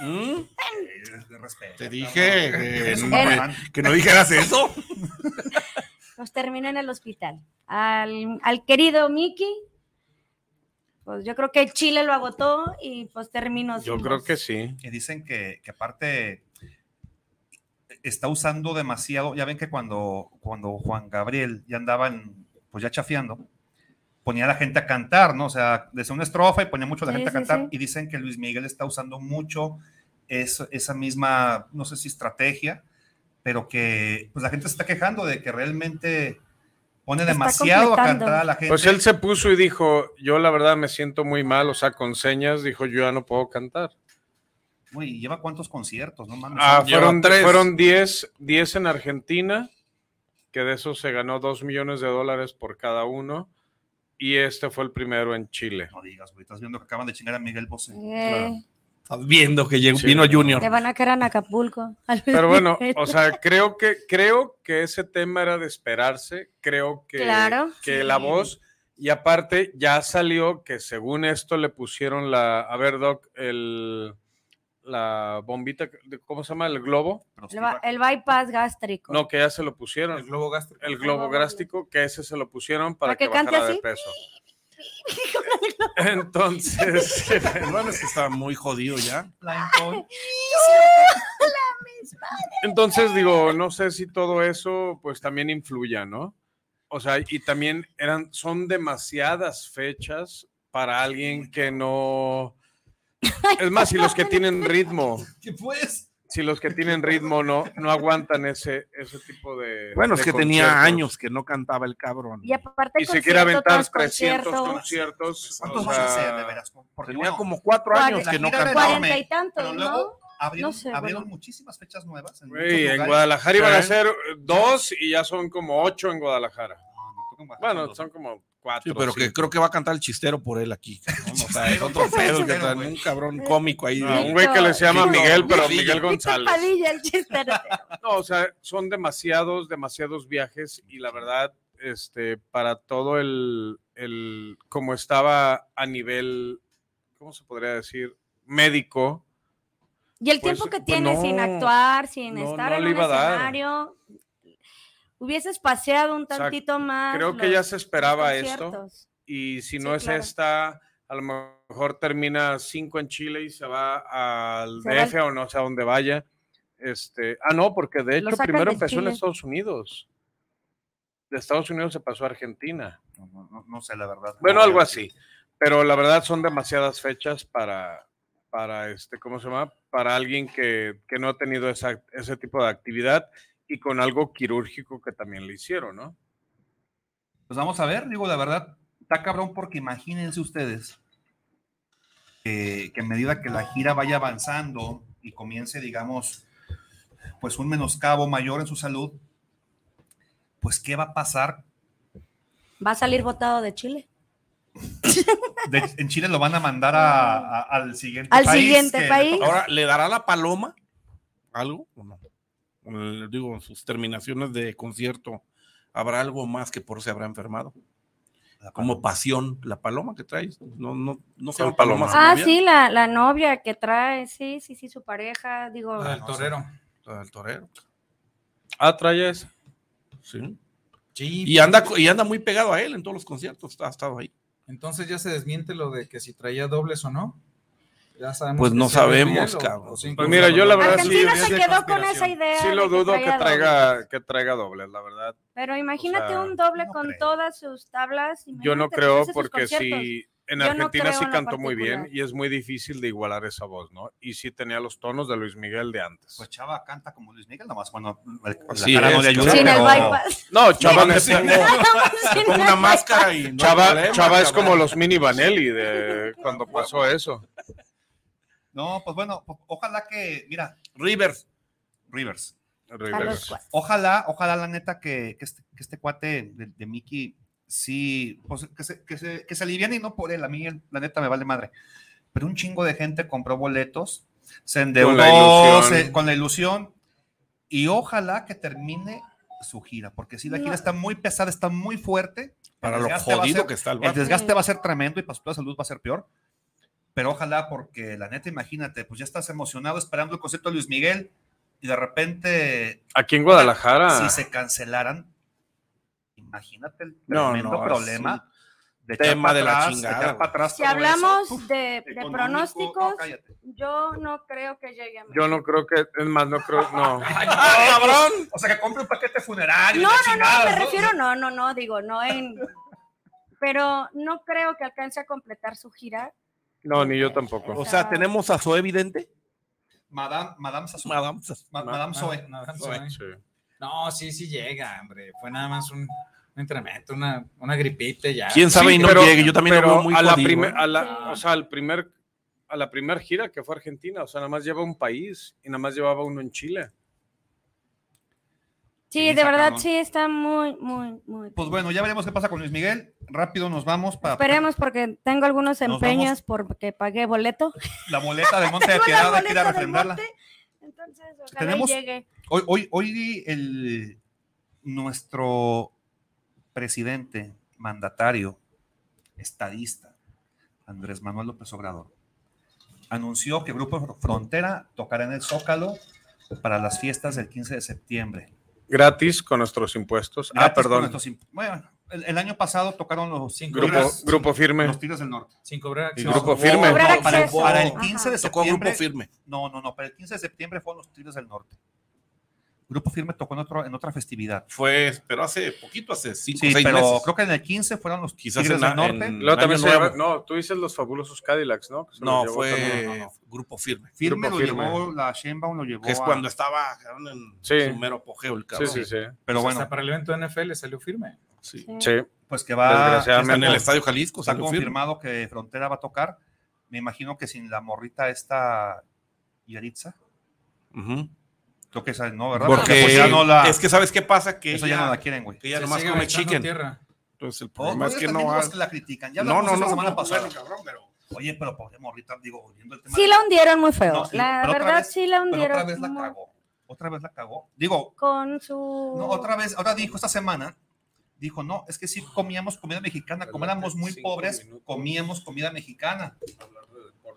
¿Mm?
Eh, de respeto.
Te dije eh,
Es un
Bueno.
patán.
que no dijeras eso.
Nos terminó en el hospital. Al, al querido Miki, pues yo creo que Chile lo agotó y pues terminó.
Yo
sin
creo
voz.
que sí.
que dicen que, que aparte eh, está usando demasiado, ya ven que cuando, cuando Juan Gabriel ya andaban pues ya chafeando, ponía a la gente a cantar, ¿no? O sea, decía una estrofa y ponía mucho a la
Sí,
gente a
sí,
cantar.
sí.
Y dicen que Luis Miguel está usando mucho eso- esa misma, no sé si estrategia, pero que pues la gente se está quejando de que realmente pone
Está
demasiado a
completando.
cantar a la gente.
Pues él se puso y dijo, yo la verdad me siento muy mal, o sea, con señas dijo, yo ya no puedo cantar.
Uy, ¿y lleva cuántos conciertos, no mames.
Ah,
Lleva-
fueron
tres.
Fueron 10, 10 en Argentina, que de eso se ganó 2 millones de dólares por cada uno, y este fue el primero en Chile.
No digas, güey, estás viendo que acaban de chingar a Miguel Bosé.
Eh,
Estás viendo que llegó,
Sí.
vino Junior.
Le van a quedar en Acapulco. <laughs>
Pero bueno, o sea, creo que, creo que ese tema era de esperarse, creo que,
Claro.
que la voz, y aparte ya salió que según esto le pusieron la, a ver, Doc, el, la bombita, ¿cómo se llama? El globo.
Pero sí
El,
va-
ba- el bypass gástrico.
No, que ya se lo pusieron.
El globo gástrico.
el globo gástrico, que ese se lo pusieron para,
¿Para
que,
que cante
bajara de
así?
peso. Entonces,
Bueno, es que estaba muy jodido ya.
entonces digo, no sé si todo eso pues también influya, ¿no? O sea, y también eran, son demasiadas fechas para alguien que no... Es más, si los que tienen ritmo,
¿Qué pues?
si los que tienen ritmo no, no aguantan ese, ese tipo de...
Bueno, es
de
que tenía
conciertos.
años que no cantaba el cabrón.
Y aparte
Y se quiere
concierto
aventar
tras
300
concierto,
conciertos.
¿Cuántos
Pues, o
vas a hacer,
sea,
de veras? Porque
Tenía
bueno,
como cuatro
Cuatro.
años que no
La gira
cantaba.
Cuarenta y
pero
tantos, ¿no?
luego abrieron,
No sé,
abrieron
bueno.
muchísimas fechas nuevas. En muchos
Güey, en
lugares.
Guadalajara iban a
Sí.
ser dos y ya son como ocho en Guadalajara.
No, no, tú con Guadalajara
Bueno,
no.
son como cuatro.
Sí, pero que
cinco.
creo que va a cantar el chistero por él
<laughs>
aquí. cabrón. O sea,
<laughs>
es otro pedo que traen un cabrón cómico ahí.
Ah, un
Víctor.
güey que le se llama
Víctor,
Miguel, pero
Víctor
Miguel
Víctor
González.
Padilla, el chiste.
No, o sea, son demasiados, demasiados viajes y la verdad, este, para todo el, el como estaba a nivel, ¿cómo se podría decir? Médico,
Y el
Pues,
tiempo que
pues,
tienes
no.
sin actuar, sin
No,
estar
no
en
le
un
iba a dar.
escenario, hubieses paseado un
sea,
tantito más.
creo que
Ah, los-
ya se
los
esperaba esto.
conciertos.
y si
Sí,
no es
claro.
esta, a lo mejor termina cinco en Chile y se va al
Se va
DF o no sé a dónde vaya. Este, ah, no, porque de
Lo
hecho
sacan
primero
de
empezó en
Chile.
Estados Unidos. De Estados Unidos se pasó a Argentina.
No, no, no, no sé la verdad.
Bueno,
No,
algo
yo-
así. Pero la verdad son demasiadas fechas para, para este, ¿cómo se llama? Para alguien que, que no ha tenido esa- ese tipo de actividad y con algo quirúrgico que también le hicieron, ¿no?
Pues vamos a ver, digo, la verdad, está cabrón porque imagínense ustedes que, que a medida que la gira vaya avanzando y comience, digamos, pues un menoscabo mayor en su salud, pues ¿qué va a pasar?
Va a salir votado de Chile.
De- en Chile lo van a mandar a- a- al siguiente
Al
país.
siguiente
que le
país.
toca-
Ahora, ¿le dará la paloma algo o no? O le Digo, en sus terminaciones de concierto, ¿habrá algo más que por se habrá enfermado? Como pues, pasión, la paloma que traes. No, no, no
¿Cuál
son palomas.
Ah, sí, la, la novia que trae, sí, sí, sí, su pareja, digo,
Ah, el
no sé.
torero.
El torero.
Ah, trae eso.
Eh,
Sí.
Sí.
Y anda, co- y anda muy pegado a él en todos los conciertos. Ha estado ahí.
Entonces ya se desmiente lo de que si traía dobles o no. Ya sabemos.
Pues
que
no
sea Luis
sabemos,
Miguel o-
cabrón.
o sin-
Pues mira, yo la verdad sí-
Argentina
teorías
se
de
quedó con esa
conspiración.
idea.
Sí
de
lo dudo que
dobles.
traiga, que traiga dobles, la verdad.
Pero imagínate
sea,
un doble
no
con
creo.
todas sus tablas.
Yo no
imagínate,
creo
regresa a sus
porque
conciertos.
sí, en
Yo no
Argentina
creo
sí
en lo
cantó muy bien
particular.
y es muy difícil de igualar esa voz, ¿no? Y sí tenía los tonos de Luis Miguel de antes.
Pues Chava canta como Luis Miguel, nomás cuando la
Así
cara no
Pues es,
le ayuda.
Yo
Sin el
pero-
bypass.
no, Chava, no
me
es,
<laughs>
pongo, me pongo una máscara y no hay
Chava-
problema,
Chava es
cabrón.
como los mini Vanelli de
<laughs>
cuando pasó eso.
No, pues bueno, o- ojalá que, mira,
Rivers.
Rivers.
A
Rivera.
los cuatro.
Ojalá, ojalá la neta que, que este, que este cuate de, de Mickey, sí, pues que se, que, se, que se aliviane y no por él, a mí el- la neta me vale madre. Pero un chingo de gente compró boletos, se endeudó se- con la
ilusión.
ilusión, y ojalá que termine su gira, porque si la gira
No.
está muy pesada, está muy fuerte.
Para
el
lo
desgaste va a
jodido
ser-
que está el
El
vato.
desgaste
Sí.
va a ser tremendo y para su propia salud va a ser peor. Pero ojalá, porque la neta, imagínate, pues ya estás emocionado esperando el concierto de Luis Miguel y de repente
Aquí en Guadalajara.
Ah.
si se cancelaran, imagínate el
No,
tremendo
no, es
problema de
tema
echar
de la
para atrás,
chingada,
echar para atrás
Si
todo
hablamos
eso. Uf,
de, de
económico,
pronósticos,
no, cállate.
yo no creo que llegue a
Yo no creo que, es más, no creo, no.
¡Ah, cabrón! O sea, que compre un paquete funerario.
No,
la
no, no,
chingada,
me refiero, no, no, no, digo,
<laughs>
no en... Pero no creo que alcance a completar su gira.
No, ni yo tampoco.
O sea, tenemos a Zoe Vidente.
Madame, Madame Sassou-
Madame, Sass-
Ma- Madame Zoe.
Madame Zoe.
Zoe.
Sí.
No, sí, sí llega, hombre. Fue nada más un, un incremento, una, una gripita y ya.
¿Quién sabe
Sí,
y no
pero-
llegue? Yo también lo
pero
veo muy
a la
jodido,
primer-
¿eh?
a la- O sea, al primer, a la primer gira que fue a Argentina, o sea, nada más lleva un país y nada más llevaba uno en Chile.
Sí,
Sí,
de
está
verdad
cabrón.
sí está muy, muy, muy.
Pues bueno, ya veremos qué pasa con Luis Miguel. Rápido nos vamos para
Esperemos porque tengo algunos
Nos vamos.
empeños porque pagué boleto.
la boleta del Monte de
<laughs> Tengo la
Piedad, hay que ir
boleta
a
del
refrendarla.
bote, Entonces, ojalá y
Tenemos-
llegue.
Hoy, hoy, hoy el, nuestro presidente, mandatario, estadista, Andrés Manuel López Obrador, anunció que Grupo Frontera tocará en el Zócalo para las fiestas del 15 de septiembre.
Gratis con nuestros impuestos.
Gratis
ah,
con
perdón.
nuestros imp- bueno, el, el año pasado tocaron los
Sin
Grupo,
Gratis.
grupo firme.
los Tigres del Norte.
Sin cobrar
Y
acción.
Grupo
No,
firme.
Cobrar
No, para, el-
acceso.
para el
Ajá.
15 de
Tocó grupo
septiembre.
firme.
No, no, no, para el 15 de septiembre fueron los Tigres del Norte. Grupo Firme tocó en, otro, en otra festividad.
Fue, pero hace poquito, hace cinco
Sí,
seis
pero
meses.
creo que en el 15 fueron los
Quizás
Tigres
en
del
la-
Norte.
en-
Luego también
Año
se lleva-
nuevo.
no, tú dices los fabulosos Cadillacs, ¿no? Que se los
No,
llevó
fue
también.
grupo firme.
Firme
Grupo
lo
Firme.
llevó, la Sheinbaum lo llevó.
Que es
a-
cuando estaba cabrón, en
Sí.
su mero apogeo el
Sí,
cabrón.
sí, sí.
Pero
Hasta
bueno,
para el evento NFL salió firme.
Sí.
Sí.
pues que va.
Desgraciadamente.
Está en el
está-
Estadio Jalisco,
Está
salió firme.
confirmado que Frontera va a tocar. Me imagino que sin la morrita esta Yaritza.
Ujú.
Creo que esa no, ¿verdad?
Porque
pues ya no la.
es que sabes qué pasa que
esa
ella,
ya no la quieren, güey.
que ella
Se
nomás
sigue
come
aventando
chicken.
tierra.
Entonces el
No,
problema es que no
no.
ha-
que la critican. Ya no,
No, no,
no,
no,
La semana
no,
pasada.
bueno,
cabrón, pero. Oye, pero pobre morrita, digo, volviendo al tema.
Sí
de-
la hundieron muy feo.
No, sí,
la
pero otra
verdad
vez-
sí la
Pero
hundieron
otra vez la
muy-
cagó. Otra vez la cagó. Digo,
con su
no, otra vez, ahora dijo esta semana, dijo, no, es que sí comíamos comida mexicana, como éramos muy pobres, comíamos comida mexicana.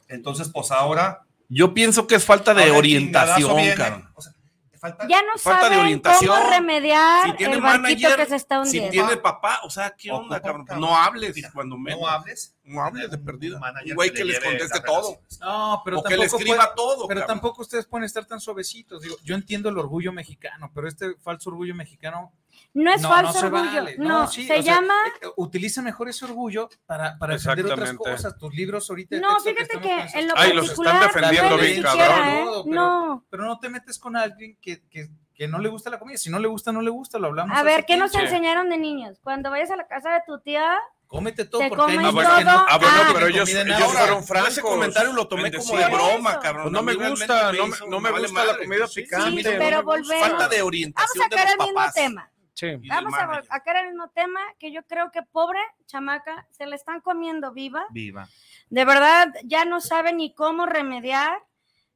Entonces, pues ahora...
Yo pienso que es falta de
ahora el chingadazo
orientación,
viene,
cabrón.
o sea, falta-
ya no
falta de
saben cómo
orientación.
remediar
Si tiene
el barquito
manager,
que se está
Si
hundiendo.
tiene papá, o sea, ¿qué
O
onda,
como,
cabrón?
cabrón.
No hables
Mira,
cuando menos.
no hables.
No hables de
Un
perdida.
manager
Un güey que
le
les
lleve
conteste
las
todo.
relaciones.
No, pero
o que le
tampoco
escriba
puede-
todo.
Pero
cabrón.
tampoco ustedes pueden estar tan suavecitos. Digo, yo entiendo el orgullo mexicano, pero este falso orgullo mexicano
No es
no,
falso
no se
orgullo.
vale.
No,
sí,
se
o sea,
llama.
eh, utiliza mejor ese orgullo para, para defender otras
Exactamente.
cosas. Tus libros ahorita. de
No,
texto
fíjate
estamos
que
con
en
esas-
lo
Ay, los están
particular.
defendiendo
no es
bien,
ni siquiera,
cabrón.
¿eh?
Todo, pero-
No.
Pero no te metes con alguien que, que, que no le gusta la comida. Si no le gusta, no le gusta. Lo hablamos.
A
hace
ver, ¿qué
tiempo.
nos enseñaron de niños? Cuando vayas a la casa de tu tía,
Cómete todo
Te
porque hay
comes
Ah,
niños
bueno,
todo.
que no-
ah, bueno,
Ah.
pero ellos,
Comida en
ellos
ahora.
fueron
Yo
francos.
ese comentario lo tomé como de
Bendecido.
broma,
Eso.
cabrón.
Pues no
A mí
me
realmente
gusta, no me-
hizo-
no me
vale
gusta la
madre.
comida
Sí, sí,
picante,
sí, sí,
pero
no me gusta.
volvemos.
Falta de
vamos
orientación
a
de
sacar el
los
mismo
papás.
tema.
Sí.
y del
Vamos a
manager.
sacar el mismo tema que yo creo que pobre chamaca se la están comiendo viva.
Viva.
De verdad, ya no sabe ni cómo remediar.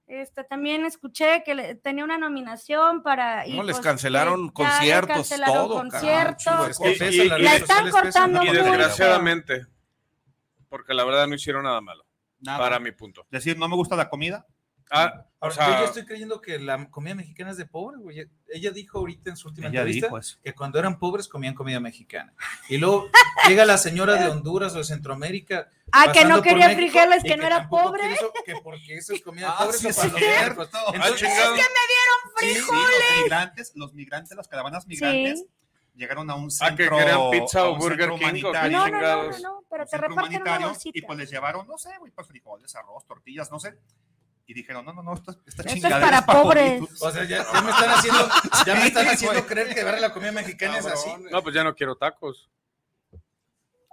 Este, también escuché que le- tenía una nominación para. y
No, les
pues,
cancelaron
ya le
conciertos,
cancelaron
todo, cabrón.
conciertos.
Chingo de
Es que
Y-
pesa
y-
la
luz
están
social, pesa.
cortando
Y
muy
desgraciadamente, porque la verdad no hicieron nada malo,
Nada.
para mi punto.
Decir, no me gusta la comida.
Ah, o
Ahora,
sea,
yo ya estoy creyendo que la comida mexicana es de pobre, güey. Ella dijo ahorita en su última
Ella
entrevista
dijo eh. eso.
que cuando eran pobres comían comida mexicana. Y luego <laughs> llega la señora de Honduras o de Centroamérica.
Ah, que
pasando
no
por
quería
México
frijoles,
y
que no era
tampoco
pobre.
quiso que porque eso es comida
Ah,
pobre.
sí,
eso
sí,
para los
cierto.
ricos, todo.
Ah,
Entonces,
chingado.
Sí, sí, los migrantes, los migrantes, las caravanas migrantes
Sí.
llegaron a un
Ah, que
centro.
querían pizza
a
o
un
Burger
centro
King o
No,
humanitario.
no, no, no,
chingados.
no,
Pues un
pero te
centro
reparten una
humanitario,
bolsita.
y pues les llevaron, no sé, güey, pues frijoles, arroz, tortillas, no sé. Y dijeron, no, no, no, esta, esta
Esto es
chingadera
para pobres.
pobritos.
O sea, ya, ya me están haciendo, ya me están
Sí,
haciendo
güey.
creer que ver la comida mexicana es así.
Cabrón.
no, pues ya no quiero tacos.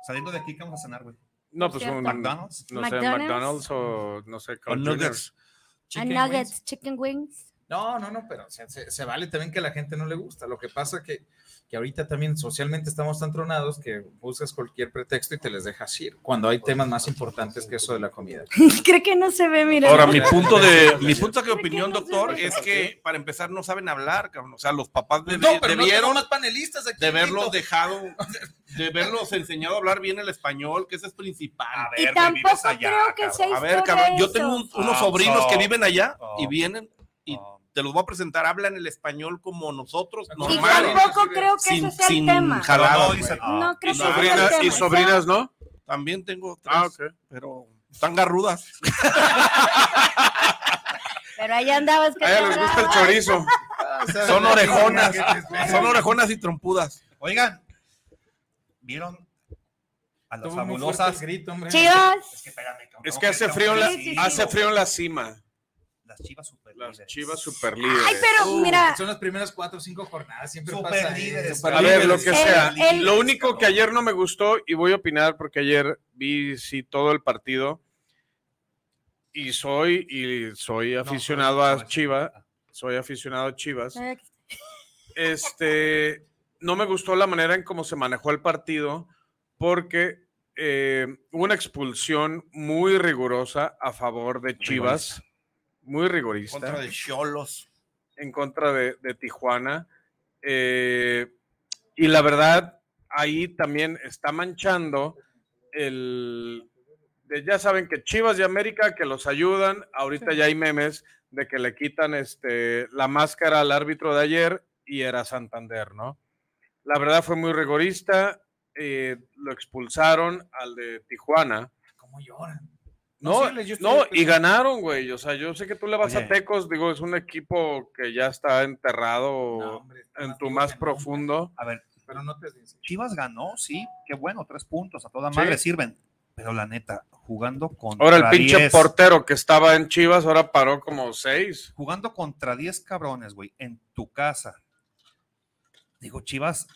Saliendo de aquí, ¿qué vamos a cenar, güey?
No, pues
Cierto.
un, no
McDonald's.
sé,
McDonald's.
McDonald's o no sé,
O
Carl
nuggets.
A
Chicken
nuggets,
wings.
chicken wings. <laughs>
No, no, no, pero o sea, se, se vale también que a la gente no le gusta. Lo que pasa que, que ahorita también socialmente estamos tan tronados que buscas cualquier pretexto y te les dejas ir, cuando hay temas más importantes que eso de la comida.
Creo que no se ve, mira.
Ahora, mi punto de mi punto de
¿Por qué
opinión,
no se
doctor,
ve?
es que para empezar no saben hablar, cabrón. O sea, los papás deb-
tenemos
debieron
más panelistas aquí.
de verlos
Tito.
<laughs> dejado, de verlos enseñado a hablar bien el español, que ese es principal.
y tampoco creo que sea
A ver, cabrón, yo
historia
tengo
eso.
un- unos
Ah,
sobrinos
no.
que viven allá y
No.
vienen, y
Ah,
te los voy a presentar, hablan el español como nosotros,
Y
normal, eh,
tampoco creo que
sin,
ese sea el
sin
tema.
jaladas,
no,
güey.
dicen, ah,
No creo
Y
que ese sea
sobrinas,
el tema.
y sobrinas, ¿no?
También tengo tres,
Ah, ok.
pero están garrudas.
Pero ahí andabas que
A ella les gusta el chorizo.
Ah, ¿sabes?
Son
La
orejonas.
chinga que te-
Son orejonas y trompudas.
Oigan, ¿vieron a las
Estuvo muy fuerte
fabulosas?
el grito, hombre.
Chivas.
espérame, cabrón,
Es
tengo
que hace
tengo
frío en la,
Sí, sí, sí.
hace frío en la cima.
Las chivas super
Las
líderes.
chivas super líderes.
Ay, pero mira,
Uh, Son las primeras cuatro o cinco jornadas, siempre
Super
pasa
líderes,
eso.
super
A ver, lo que
El-
sea.
el-
Lo único que ayer no me gustó, y voy a opinar porque ayer vi sí todo el partido, y soy, y soy aficionado a Chivas, soy aficionado a Chivas.
eh,
Este, no me gustó la manera en cómo se manejó el partido, porque eh, hubo una expulsión muy rigurosa a favor de Chivas, muy rigorista
Contra de Cholos.
en contra de, de Tijuana. Eh, y la verdad, ahí también está manchando el... de- ya saben que Chivas y América que los ayudan, ahorita ya hay memes de que le quitan este, la máscara al árbitro de ayer y era Santander, ¿no? La verdad fue muy rigorista, eh, lo expulsaron al de Tijuana.
¿Cómo lloran?
No,
sí, este yo estoy
no,
esperando.
y ganaron, güey. O sea, yo sé que tú le vas a
Oye.
Tecos, digo, es un equipo que ya está enterrado
No, hombre, está
en tu
vivo
más
que
profundo.
A ver,
nunca, Pero no te
Chivas ganó, sí, qué bueno, tres puntos, a toda
Sí.
madre sirven. Pero la neta, jugando contra
Ahora el pinche
10,
portero que estaba en Chivas, ahora paró como seis.
jugando contra 10 cabrones, güey, en tu casa. Digo, Chivas,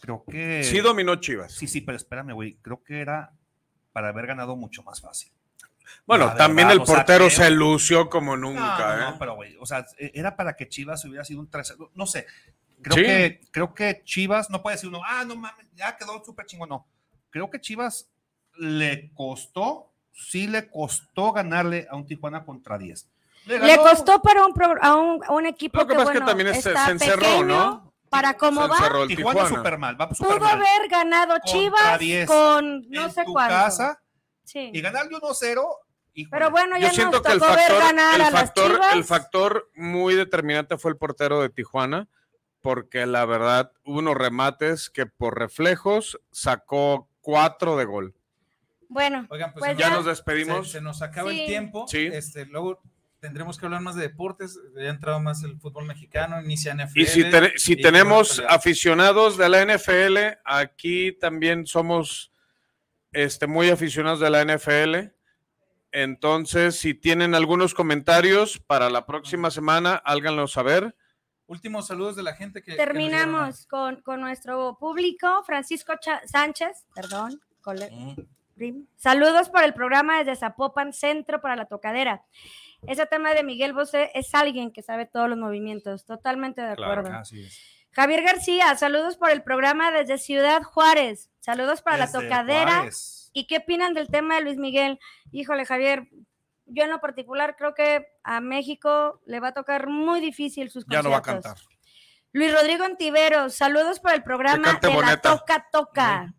creo que...
Sí dominó Chivas.
sí, sí, pero espérame, güey, creo que era para haber ganado mucho más fácil.
bueno,
la
también
verdad,
el
o sea,
portero
creo-
se lució como
No,
nunca,
no,
¿eh?
no, pero güey, o sea, e- era para que Chivas hubiera sido un 3 no sé. Creo,
Sí.
que, creo que Chivas, no puede decir uno, ah, no mames, ya quedó súper chingón, no. Creo que Chivas le costó, sí le costó ganarle a un Tijuana contra 10.
le costó para un, pro- a un, a un equipo
Lo que
que,
pasa es que
bueno,
también se,
está
se encerró,
pequeño
¿no?
para cómo
Se
va.
encerró el
Tijuana,
Tijuana.
súper mal, va súper
Pudo
mal.
haber ganado
Contra
Chivas
10
con no
en
sé
tu
cuánto.
casa
Sí.
y ganarle 1-0. híjole.
Pero bueno,
Yo
ya
siento
nos
que el
tocó ver
factor,
ganar
el,
a las
factor,
Chivas.
el factor muy determinante fue el portero de Tijuana, porque la verdad hubo unos remates que por reflejos sacó cuatro de gol.
Bueno,
Oigan, pues,
Pues
se-
Ya
Ya.
nos despedimos.
se, se nos acaba
Sí.
el tiempo.
Sí.
Este, luego tendremos que hablar más de deportes. Ya ha entrado más el fútbol mexicano, inicia NFL.
Y si, te- si
y
tenemos
vamos a-
aficionados de la NFL, aquí también somos este, muy aficionados de la NFL. Entonces, si tienen algunos comentarios para la próxima semana, háganlo saber.
Últimos saludos de la gente que. que nos
terminamos con, con nuestro público, Francisco Cha- Sánchez, perdón, cole- Prim. Saludos por el programa desde Zapopan Centro para la Tocadera. Ese tema de Miguel Bosé es alguien que sabe todos los movimientos, totalmente de acuerdo. Javier García, saludos por el programa desde Ciudad Juárez. Saludos para la
Desde
Tocadera.
Juárez.
¿Y qué opinan del tema de Luis Miguel? Híjole, Javier, yo en lo particular creo que a México le va a tocar muy difícil sus
Ya
conciertos.
no va a cantar.
Luis Rodrigo Antivero, saludos por el programa
cante
de la
Boneta.
Toca Toca.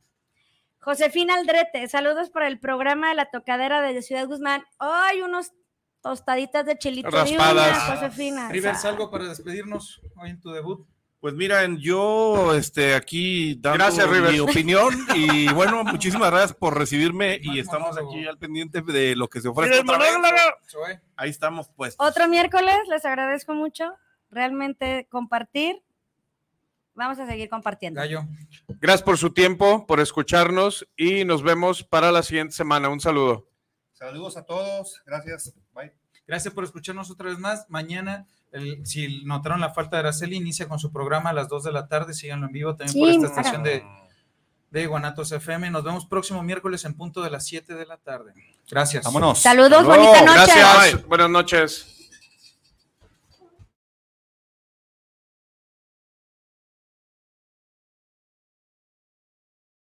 Josefina Aldrete, saludos por el programa de la Tocadera desde Ciudad Guzmán. ¡Ay, unos tostaditas de chilito! de una,
Raspadas.
Josefina.
Rivers, algo para despedirnos hoy en tu debut.
Pues miren, yo este, aquí dando
Gracias, Rivers.
mi opinión
<laughs>
y bueno, muchísimas gracias por recibirme y
Mal
estamos
monólogo.
aquí al pendiente de lo que se ofrece. otra vez.
Zoe.
Ahí estamos pues.
Otro miércoles, les agradezco mucho. Realmente compartir. Vamos a seguir compartiendo.
Gallo.
Gracias por su tiempo, por escucharnos y nos vemos para la siguiente semana. Un saludo.
Saludos a todos, gracias. Bye.
Gracias por escucharnos otra vez más. Mañana, el- si notaron la falta de Araceli, inicia con su programa a las 2 de la tarde. Síganlo en vivo también por
Sí,
esta
mira.
estación de, de Guanatos FM. Nos vemos próximo miércoles en punto de las 7 de la tarde. Gracias.
Vámonos.
Saludos, bonita noche.
Gracias. Buenas noches.